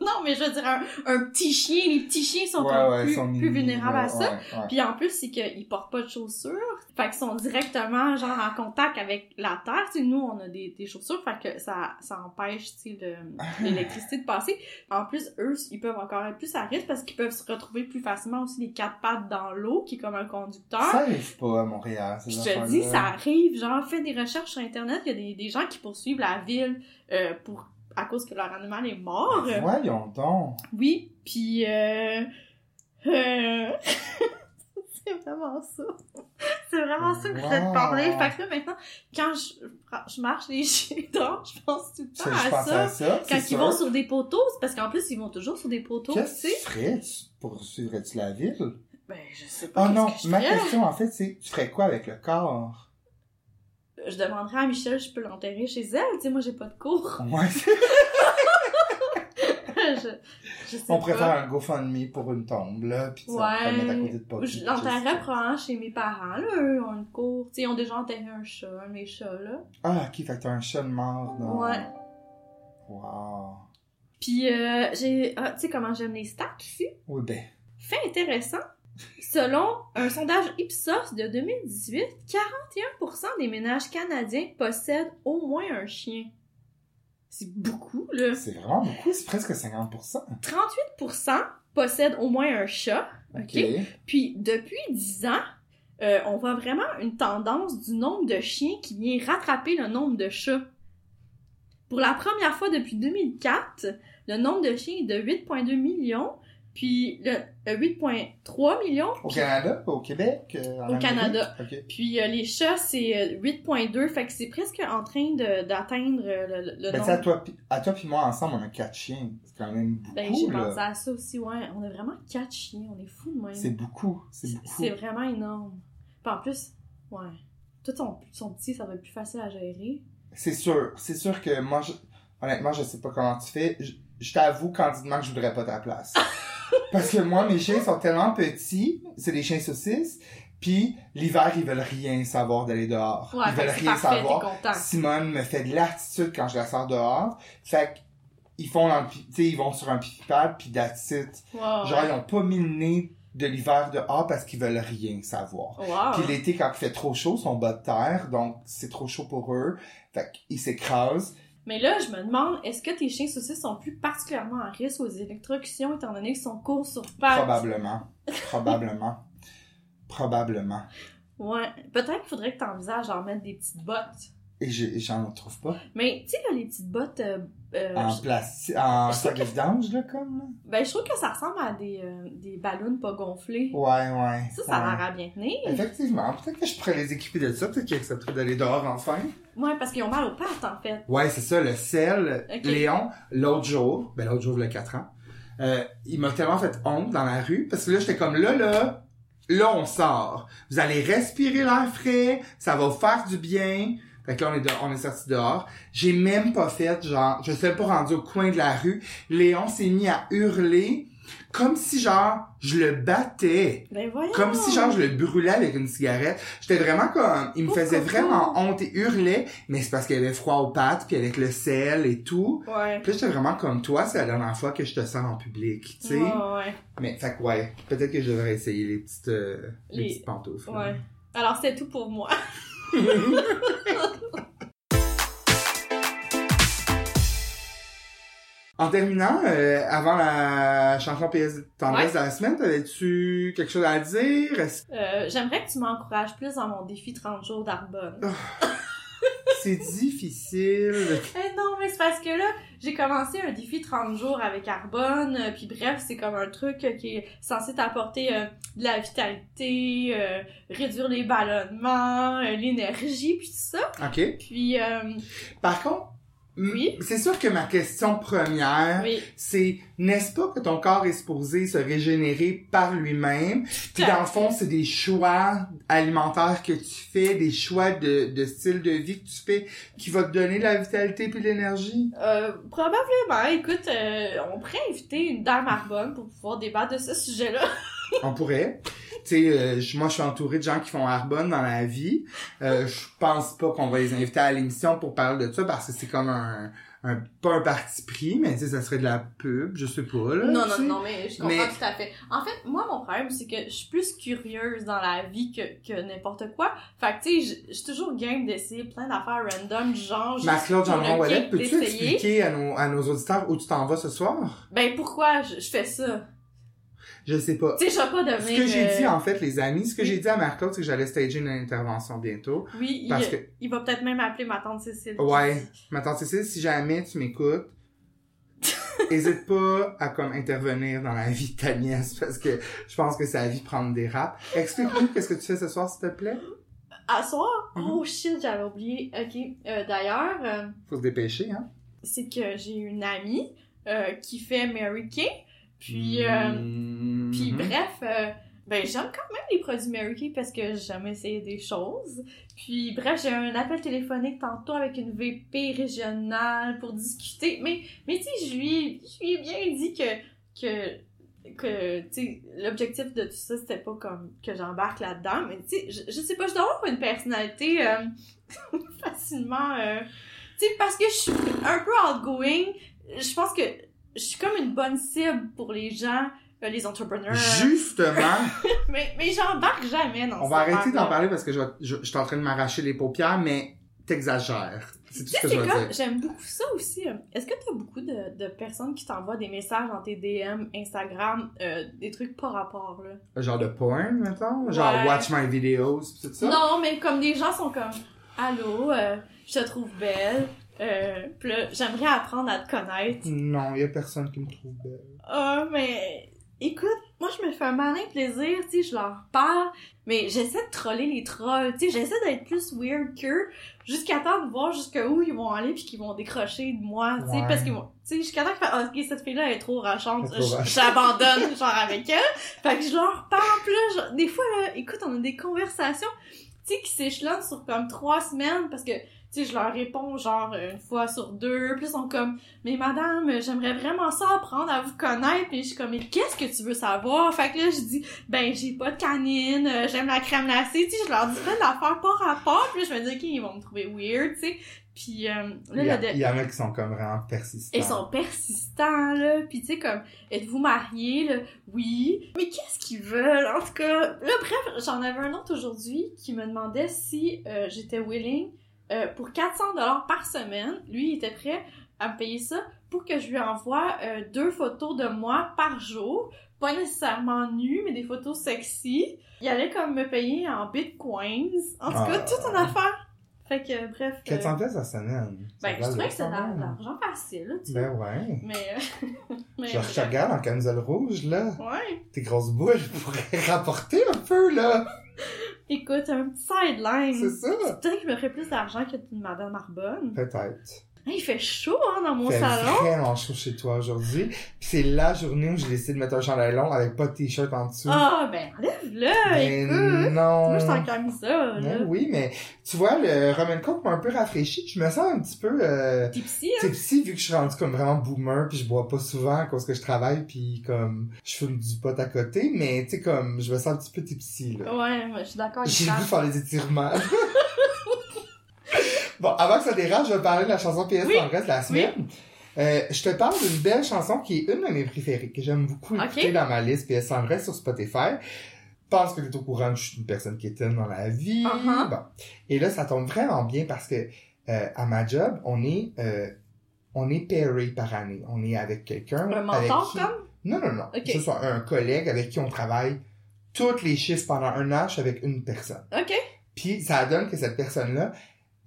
B: non mais je veux dire un, un petit chien, les petits chiens sont comme plus,
A: ils sont mini,
B: plus vulnérables
A: ouais,
B: à ça.
A: ouais, ouais.
B: Puis en plus, c'est qu'ils portent pas de chaussures. Fait qu'ils sont directement, genre, en contact avec la terre. Tu sais, nous, on a des, des chaussures. Fait que ça, ça empêche, tu sais, le- l'électricité de passer. En plus, eux, ils peuvent encore être plus à risque parce qu'ils peuvent se retrouver plus facilement aussi les quatre pattes dans l'eau, qui est comme un conducteur.
A: Ça arrive pas à Montréal, ces
B: Puis je te
A: affaires-là.
B: dis, ça arrive. Genre, fais des recherches sur Internet. Il y a des, des gens qui poursuivent la ville euh, pour à cause que leur animal est mort.
A: Voyons donc.
B: Oui, puis... Euh... euh, c'est vraiment ça. C'est vraiment ça que je voulais te parler.
A: Wow.
B: Fait que là, maintenant, quand je, je marche les chiens dehors, je pense tout le
A: Je,
B: temps
A: je
B: à
A: pense
B: ça.
A: à ça. c'est
B: Quand ils
A: sûr.
B: vont sur des poteaux, c'est parce qu'en plus, ils vont toujours sur des poteaux, tu
A: Qu'est-ce que
B: sais.
A: tu ferais? Tu poursuivrais-tu la ville?
B: Ben, je sais
A: Oh
B: pas
A: non,
B: qu'est-ce que je
A: ma
B: ferais.
A: question en fait, c'est tu ferais quoi avec le corps?
B: Je demanderais à Michel, je peux l'enterrer chez elle. Tu sais, moi, j'ai pas de cours.
A: Ouais,
B: je, je sais
A: on
B: pas.
A: préfère un GoFundMe pour une tombe, là, pis tu sais, on pourrait
B: Ouais.
A: le mettre à côté de Poppy.
B: Je
A: je sais.
B: l'enterrerais probablement chez mes parents, là. Eux, ont une cour. Tu sais, ils ont déjà enterré un chat, un de mes chats, là.
A: Ah, ok, fait que t'as un chien de mort dans...
B: Ouais.
A: Wow.
B: Puis, euh, j'ai. Ah, tu sais comment j'aime les stats ici?
A: Oui, ben,
B: Fait intéressant. Selon un sondage Ipsos de 2018, 41% des ménages canadiens possèdent au moins un chien. C'est beaucoup, là.
A: c'est vraiment beaucoup, c'est presque 50%.
B: 38% possèdent au moins un chat. OK. Puis, depuis 10 ans, euh, on voit vraiment une tendance du nombre de chiens qui vient rattraper le nombre de chats. Pour la première fois depuis 2004, le nombre de chiens est de 8,2 millions, puis le euh, 8,3 millions,
A: Au Canada, au Québec, euh, en
B: Au
A: Amérique?
B: Canada.
A: Ok.
B: puis euh, les chats, c'est euh, 8,2, fait que c'est presque en train de- d'atteindre euh, le, le
A: Ben, tu sais, à
B: nombre.
A: toi, pis- à toi puis moi ensemble, on a quatre chiens. C'est quand même beaucoup,
B: Ben, j'ai
A: là.
B: pensé à ça aussi, ouais. On a vraiment quatre chiens, on est fous de
A: C'est
B: même.
A: beaucoup, c'est
B: C'est-
A: beaucoup.
B: C'est vraiment énorme. Puis en plus, ouais. Tout son, son petit, ça va être plus facile à gérer.
A: C'est sûr, c'est sûr que moi, je- honnêtement, je sais pas comment tu fais. Je, je t'avoue candidement que je voudrais pas ta place. Parce que moi, mes chiens sont tellement petits, c'est des chiens saucisses, puis l'hiver, ils veulent rien savoir d'aller dehors.
B: Ouais,
A: ils
B: fait
A: veulent
B: que c'est
A: rien
B: parfait, t'es
A: savoir.
B: content.
A: Simone me fait de l'attitude quand je la sors dehors. Fait que, ils font dans le pi- tu sais, ils vont sur un pipi pad puis d'attitude.
B: Wow.
A: Genre, ils ont pas mis le nez de l'hiver dehors parce qu'ils veulent rien savoir.
B: Wow.
A: Puis l'été, quand il fait trop chaud, ils sont bas de terre, donc c'est trop chaud pour eux. Fait qu'ils s'écrasent.
B: Mais là, je me demande, est-ce que tes chiens saucisses sont plus particulièrement à risque aux électrocutions étant donné qu'ils sont courts sur pattes?
A: Probablement. Probablement. Probablement.
B: Ouais. Peut-être qu'il faudrait que t'envisages d'en mettre des petites bottes.
A: Et j'ai- j'en trouve pas.
B: Mais, tu sais, là, les petites bottes, euh, euh,
A: En
B: je-
A: plastique, en
B: je sais
A: sac de vidange, là, comme, là.
B: ben, je trouve que ça ressemble à des, euh, des ballons pas gonflés.
A: Ouais, ouais.
B: Ça, ça a
A: ouais.
B: l'air à bien tenir.
A: Effectivement. Peut-être que je pourrais les équiper de ça. Peut-être qu'ils accepteraient d'aller dehors, enfin.
B: Ouais, parce qu'ils ont mal aux pattes, en fait.
A: Ouais, c'est ça, le sel.
B: Ok.
A: Léon, l'autre jour, ben l'autre jour, le 4 ans, euh, il m'a tellement fait honte dans la rue parce que là, j'étais comme là, là, là, on sort. Vous allez respirer l'air frais, ça va vous faire du bien. Fait que là, on est, de- on est sorti dehors. J'ai même pas fait, genre, je suis même pas rendu au coin de la rue. Léon s'est mis à hurler comme si, genre, je le battais.
B: Ben, voyons.
A: Comme si genre je le brûlais avec une cigarette. J'étais vraiment comme il me
B: Oh,
A: faisait
B: coco.
A: vraiment honte et hurlait, mais c'est parce qu'il avait froid aux pattes puis avec le sel et tout.
B: Ouais.
A: Puis là, j'étais vraiment comme toi, c'est la dernière fois que je te sens en public, tu sais.
B: Ouais, ouais.
A: Mais fait que ouais, peut-être que je devrais essayer les petites euh, les...
B: Les-
A: petites pantoufles. là.
B: Ouais. Alors, c'est tout pour moi.
A: En terminant, euh, avant la chanson PS tendresse de la semaine, t'avais-tu quelque chose à dire Est-ce-
B: Euh, J'aimerais que tu m'encourages plus dans mon défi 30 jours d'Arbonne.
A: C'est difficile.
B: Eh non, mais c'est parce que là, j'ai commencé un défi 30 jours avec Arbonne, euh, puis bref, c'est comme un truc euh, qui est censé t'apporter euh, de la vitalité, euh, réduire les ballonnements, euh, l'énergie, puis tout ça.
A: Ok.
B: Puis, euh,
A: Par contre, m-
B: Oui?
A: c'est sûr que ma question première.
B: oui,
A: c'est n'est-ce pas que ton corps est supposé se régénérer par lui-même puis dans le fond c'est des choix alimentaires que tu fais des choix de, de style de vie que tu fais qui va te donner de la vitalité puis de l'énergie
B: euh, probablement, écoute, euh, on pourrait inviter une dame Arbonne pour pouvoir débattre de ce sujet-là.
A: on pourrait tu sais euh, je- moi je suis entouré de gens qui font arbonne dans la vie euh, je pense pas qu'on va les inviter à l'émission pour parler de ça parce que c'est comme un, un pas un parti pris mais tu sais ça serait de la pub je sais pas là
B: Non,
A: tu sais.
B: non, non, mais je comprends
A: Mais-
B: tout à fait. En fait, moi, mon problème, c'est que je suis plus curieuse dans la vie que, que n'importe quoi. Fait que, tu sais, je- je suis toujours game d'essayer plein d'affaires random, du genre... je-
A: Marc-Claude
B: pour le
A: jean Wallet,
B: kick
A: peux-tu
B: d'essayer.
A: expliquer à nos, à nos auditeurs où tu t'en vas ce soir?
B: Ben, pourquoi je, je fais ça?
A: Je sais pas.
B: Tu sais, je vais pas
A: Ce
B: devenir...
A: que j'ai
B: euh,
A: dit, en fait, les amis, ce que
B: oui.
A: j'ai dit à Marc-Claude, c'est que j'allais stager une intervention bientôt.
B: Oui, il,
A: Parce que,
B: il va peut-être même appeler ma tante Cécile.
A: ouais, ma tante Cécile, si jamais tu m'écoutes, hésite pas à comme intervenir dans la vie de ta nièce parce que je pense que sa vie prend des rap. Explique-nous qu'est-ce que tu fais ce soir, s'il te plaît.
B: À soir?
A: Mhm.
B: Oh shit, j'avais oublié. OK. Euh, D'ailleurs, euh,
A: Faut se dépêcher, hein.
B: c'est que j'ai une amie euh, qui fait Mary Kay. Puis...
A: Hmm.
B: euh,
A: Mhm.
B: Puis bref, euh, ben j'aime quand même les produits Mary Kay parce que j'aime essayer des choses. Puis bref, j'ai un appel téléphonique tantôt avec une VP régionale pour discuter. Mais, mais tu sais, je lui, je lui ai bien dit que, que, que tu sais, l'objectif de tout ça, c'était pas comme que j'embarque là-dedans. Mais tu sais, je, je sais pas, je dois avoir une personnalité euh, facilement... euh, tu sais, parce que je suis un peu outgoing, je pense que je suis comme une bonne cible pour les gens, euh, les entrepreneurs.
A: Justement,
B: Mais, mais j'embarque jamais dans
A: On
B: ces
A: va arrêter d'en
B: affaires-là.
A: parler parce que je, vais- je, je suis en train de m'arracher les paupières, mais t'exagères. C'est tout
B: Tu
A: ce que
B: sais,
A: je
B: c'est
A: veux
B: comme,
A: dire.
B: j'aime beaucoup ça aussi. euh, Est-ce que t'as beaucoup de, de personnes qui t'envoient des messages dans tes DM, Instagram, euh, des trucs pas rapport, là?
A: Genre de porn, mettons? Genre
B: Ouais.
A: watch my videos, pis tout ça?
B: Non, mais comme des gens sont comme Allô, euh, je te trouve belle. Euh, pis là, j'aimerais apprendre à te connaître.
A: Non, y a personne qui me trouve belle.
B: Ah, mais écoute, moi je me fais un malin plaisir, tu sais, je leur parle, mais j'essaie de troller les trolls, tu sais, j'essaie d'être plus weird qu'eux, jusqu'à temps de voir jusqu'où ils vont aller puis qu'ils vont décrocher de moi, tu sais,
A: Ouais.
B: parce qu'ils vont, tu sais, jusqu'à temps qu'ils fassent, Ah, ok, cette fille-là elle est trop rachante,
A: Elle est trop
B: je- j'abandonne, genre avec elle, fait que je leur parle, puis là, je- des fois, là, écoute, on a des conversations, tu sais, qui s'échelonnent sur comme trois semaines, parce que, tu sais, je leur réponds genre une fois sur deux, puis ils sont comme mais madame, euh, j'aimerais vraiment ça apprendre à vous connaître. Puis je suis comme, mais qu'est-ce que tu veux savoir? Fait que là, je dis, ben, j'ai pas de canine, euh, j'aime la crème glacée. Tu sais, je leur dis plein d'affaires par rapport. Puis là, je me dis, OK, ils vont me trouver weird, tu sais. Puis euh,
A: Il
B: là,
A: y,
B: le
A: a-
B: de-
A: il y en a qui sont comme vraiment persistants.
B: ils sont persistants, là. Puis tu sais, comme, êtes-vous mariés? Là? Oui. Mais qu'est-ce qu'ils veulent, en tout cas? Là, bref, j'en avais un autre aujourd'hui qui me demandait si euh, j'étais willing euh, pour 400 dollars par semaine, lui, il était prêt à me payer ça pour que je lui envoie euh, deux photos de moi par jour, pas nécessairement nues, mais des photos sexy. Il allait comme me payer en bitcoins. En tout cas,
A: Ah.
B: toute une affaire. Fait que, euh, bref. euh,
A: 400 pièces la semaine. Ça
B: ben, je
A: valait
B: trouvais que c'était
A: quand
B: de la- de
A: même.
B: l'argent facile, là, tu sais.
A: Ben ouais.
B: Mais, euh, mais.
A: Genre, je te regarde en camisole rouge, là.
B: Ouais.
A: Tes grosses bouches pourraient rapporter un peu, là.
B: Écoute, un petit sideline.
A: C'est ça.
B: Peut-être que je me ferais plus d'argent que d'une madame Arbonne.
A: Peut-être.
B: Hein, il fait chaud, hein, dans mon
A: Fait
B: salon.
A: vraiment chaud chez toi aujourd'hui. Puis c'est la journée où j'ai décidé de mettre un chandail long avec pas de t-shirt en dessous.
B: Ah, ben, enlève-le,
A: Mais
B: écoute.
A: non. Ben
B: Moi, je suis en camisole,
A: Ouais,
B: là.
A: oui, mais tu vois, le Roman Coke m'a un peu rafraîchi. Je me sens un petit peu euh,
B: T'es psy, hein?
A: tipsy vu que je suis rendu comme vraiment boomer puis je bois pas souvent à cause que je travaille puis comme je fume du pot à côté, mais tu sais comme je me sens un petit peu tipsy là.
B: hein. Ouais, moi, je suis d'accord avec
A: J'ai
B: ça.
A: voulu faire les étirements. bon, avant que ça dérange, je vais parler de la chanson PS
B: Oui.
A: dans le reste de la semaine. Euh, je te parle d'une belle chanson qui est une de mes préférées, que j'aime beaucoup
B: Ok.
A: écouter dans ma liste PS en reste sur Spotify. Je pense que tu es au courant que je suis une personne qui est telle dans la vie.
B: Uh-huh.
A: Bon. Et là, ça tombe vraiment bien parce que euh, à ma job, on est euh, on est pairé par année. On est avec quelqu'un.
B: Un
A: avec
B: mentor,
A: qui-
B: comme?
A: non, non, non.
B: Ok.
A: Que ce soit un collègue avec qui on travaille tous les chiffres pendant un an, je suis avec une personne.
B: Ok.
A: Puis ça donne que cette personne-là,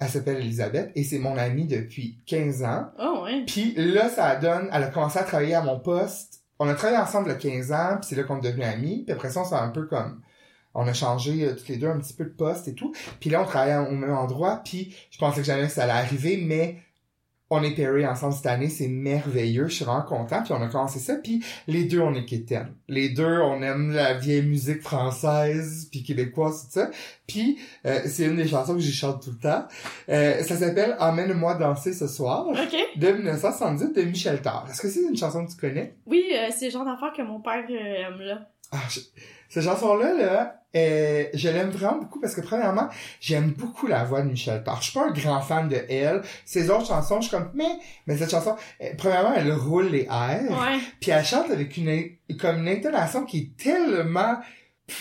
A: elle s'appelle Elisabeth et c'est mon amie depuis 15 ans.
B: Oh, ouais.
A: Puis là, ça donne, elle a commencé à travailler à mon poste. On a travaillé ensemble le 15 ans, puis c'est là qu'on est devenus amis. Puis après ça, on s'est un peu comme... On a changé euh, toutes les deux un petit peu de poste et tout. Puis là, on travaillait au même endroit. Puis je pensais que jamais ça allait arriver, mais on est pairés ensemble cette année. C'est merveilleux. Je suis vraiment content. Puis on a commencé ça. Puis les deux, on est quétaines. Les deux, on aime la vieille musique française, puis québécoise, tout ça. Puis euh, c'est une des chansons que j'y chante tout le temps. Euh, ça s'appelle « Emmène-moi danser ce soir »
B: Ok.
A: de 1978 de Michel Thor. Est-ce que c'est une chanson que tu connais?
B: Oui, euh, c'est le genre d'affaire que mon père euh, aime, là.
A: Ah, je- Cette chanson-là, là, euh, je l'aime vraiment beaucoup parce que premièrement, j'aime beaucoup la voix de Michel Thor. Je suis pas un grand fan de elle. Ses autres chansons, je suis comme, mais, mais cette chanson, euh, premièrement, elle roule les airs.
B: Ouais.
A: Puis elle chante avec une, in- comme une intonation qui est tellement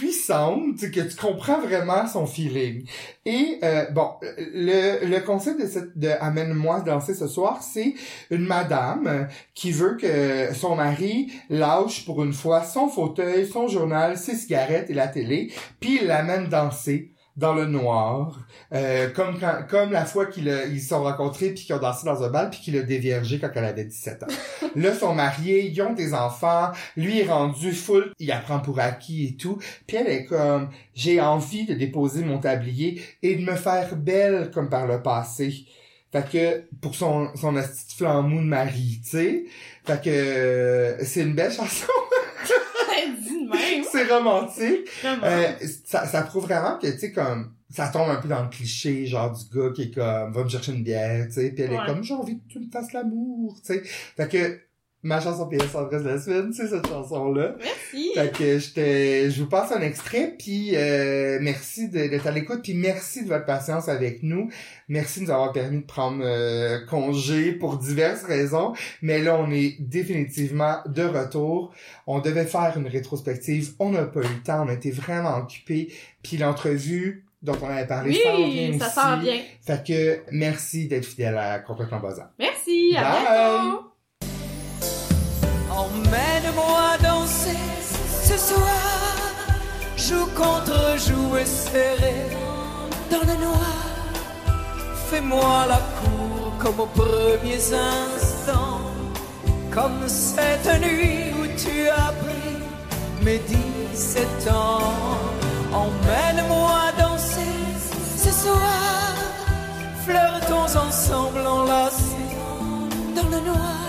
A: puissante que tu comprends vraiment son feeling. Et euh, bon, le, le concept de cette de Amène-moi danser ce soir, c'est une madame euh, qui veut que son mari lâche pour une fois son fauteuil, son journal, ses cigarettes et la télé, puis il l'amène danser dans le noir, euh, comme quand, comme la fois qu'ils euh, ils se sont rencontrés puis qu'ils ont dansé dans un bal puis qu'il a déviergé quand elle avait 17 ans. Là, ils sont mariés, ils ont des enfants, lui est rendu full, il apprend pour acquis et tout. Puis elle est comme, j'ai envie de déposer mon tablier et de me faire belle comme par le passé. Fait que, pour son, son asti de flammou de mari, tu sais. Fait que, euh, c'est une belle chanson,
B: Dis de même.
A: c'est romantique.
B: Vraiment.
A: Euh, ça, ça prouve vraiment que, tu sais, comme, ça tombe un peu dans le cliché, genre, du gars qui est comme, va me chercher une bière, tu sais, puis elle
B: Ouais.
A: est comme, j'ai envie que tu me fasses l'amour, tu sais. Fait que, ma chanson PS adresse de la semaine, c'est cette chanson-là.
B: Merci.
A: Fait que je te, je vous passe un extrait, puis euh, merci de- d'être à l'écoute, puis merci de votre patience avec nous. Merci de nous avoir permis de prendre euh, congé pour diverses raisons, mais là on est définitivement de retour. On devait faire une rétrospective, on n'a pas eu le temps, on était vraiment occupés, puis l'entrevue dont on avait parlé s'en vient
B: Oui, ça
A: aussi.
B: sent bien.
A: Fait que merci d'être fidèle à Complètement Bazar.
B: Merci, à
A: Bye.
B: bientôt.
C: Emmène-moi danser ce soir, joue contre joue et serré dans le noir. Fais-moi la cour comme aux premiers instants, comme cette nuit où tu as pris mes dix-sept ans. Emmène-moi danser ce soir, flirtons ensemble enlacés dans le noir.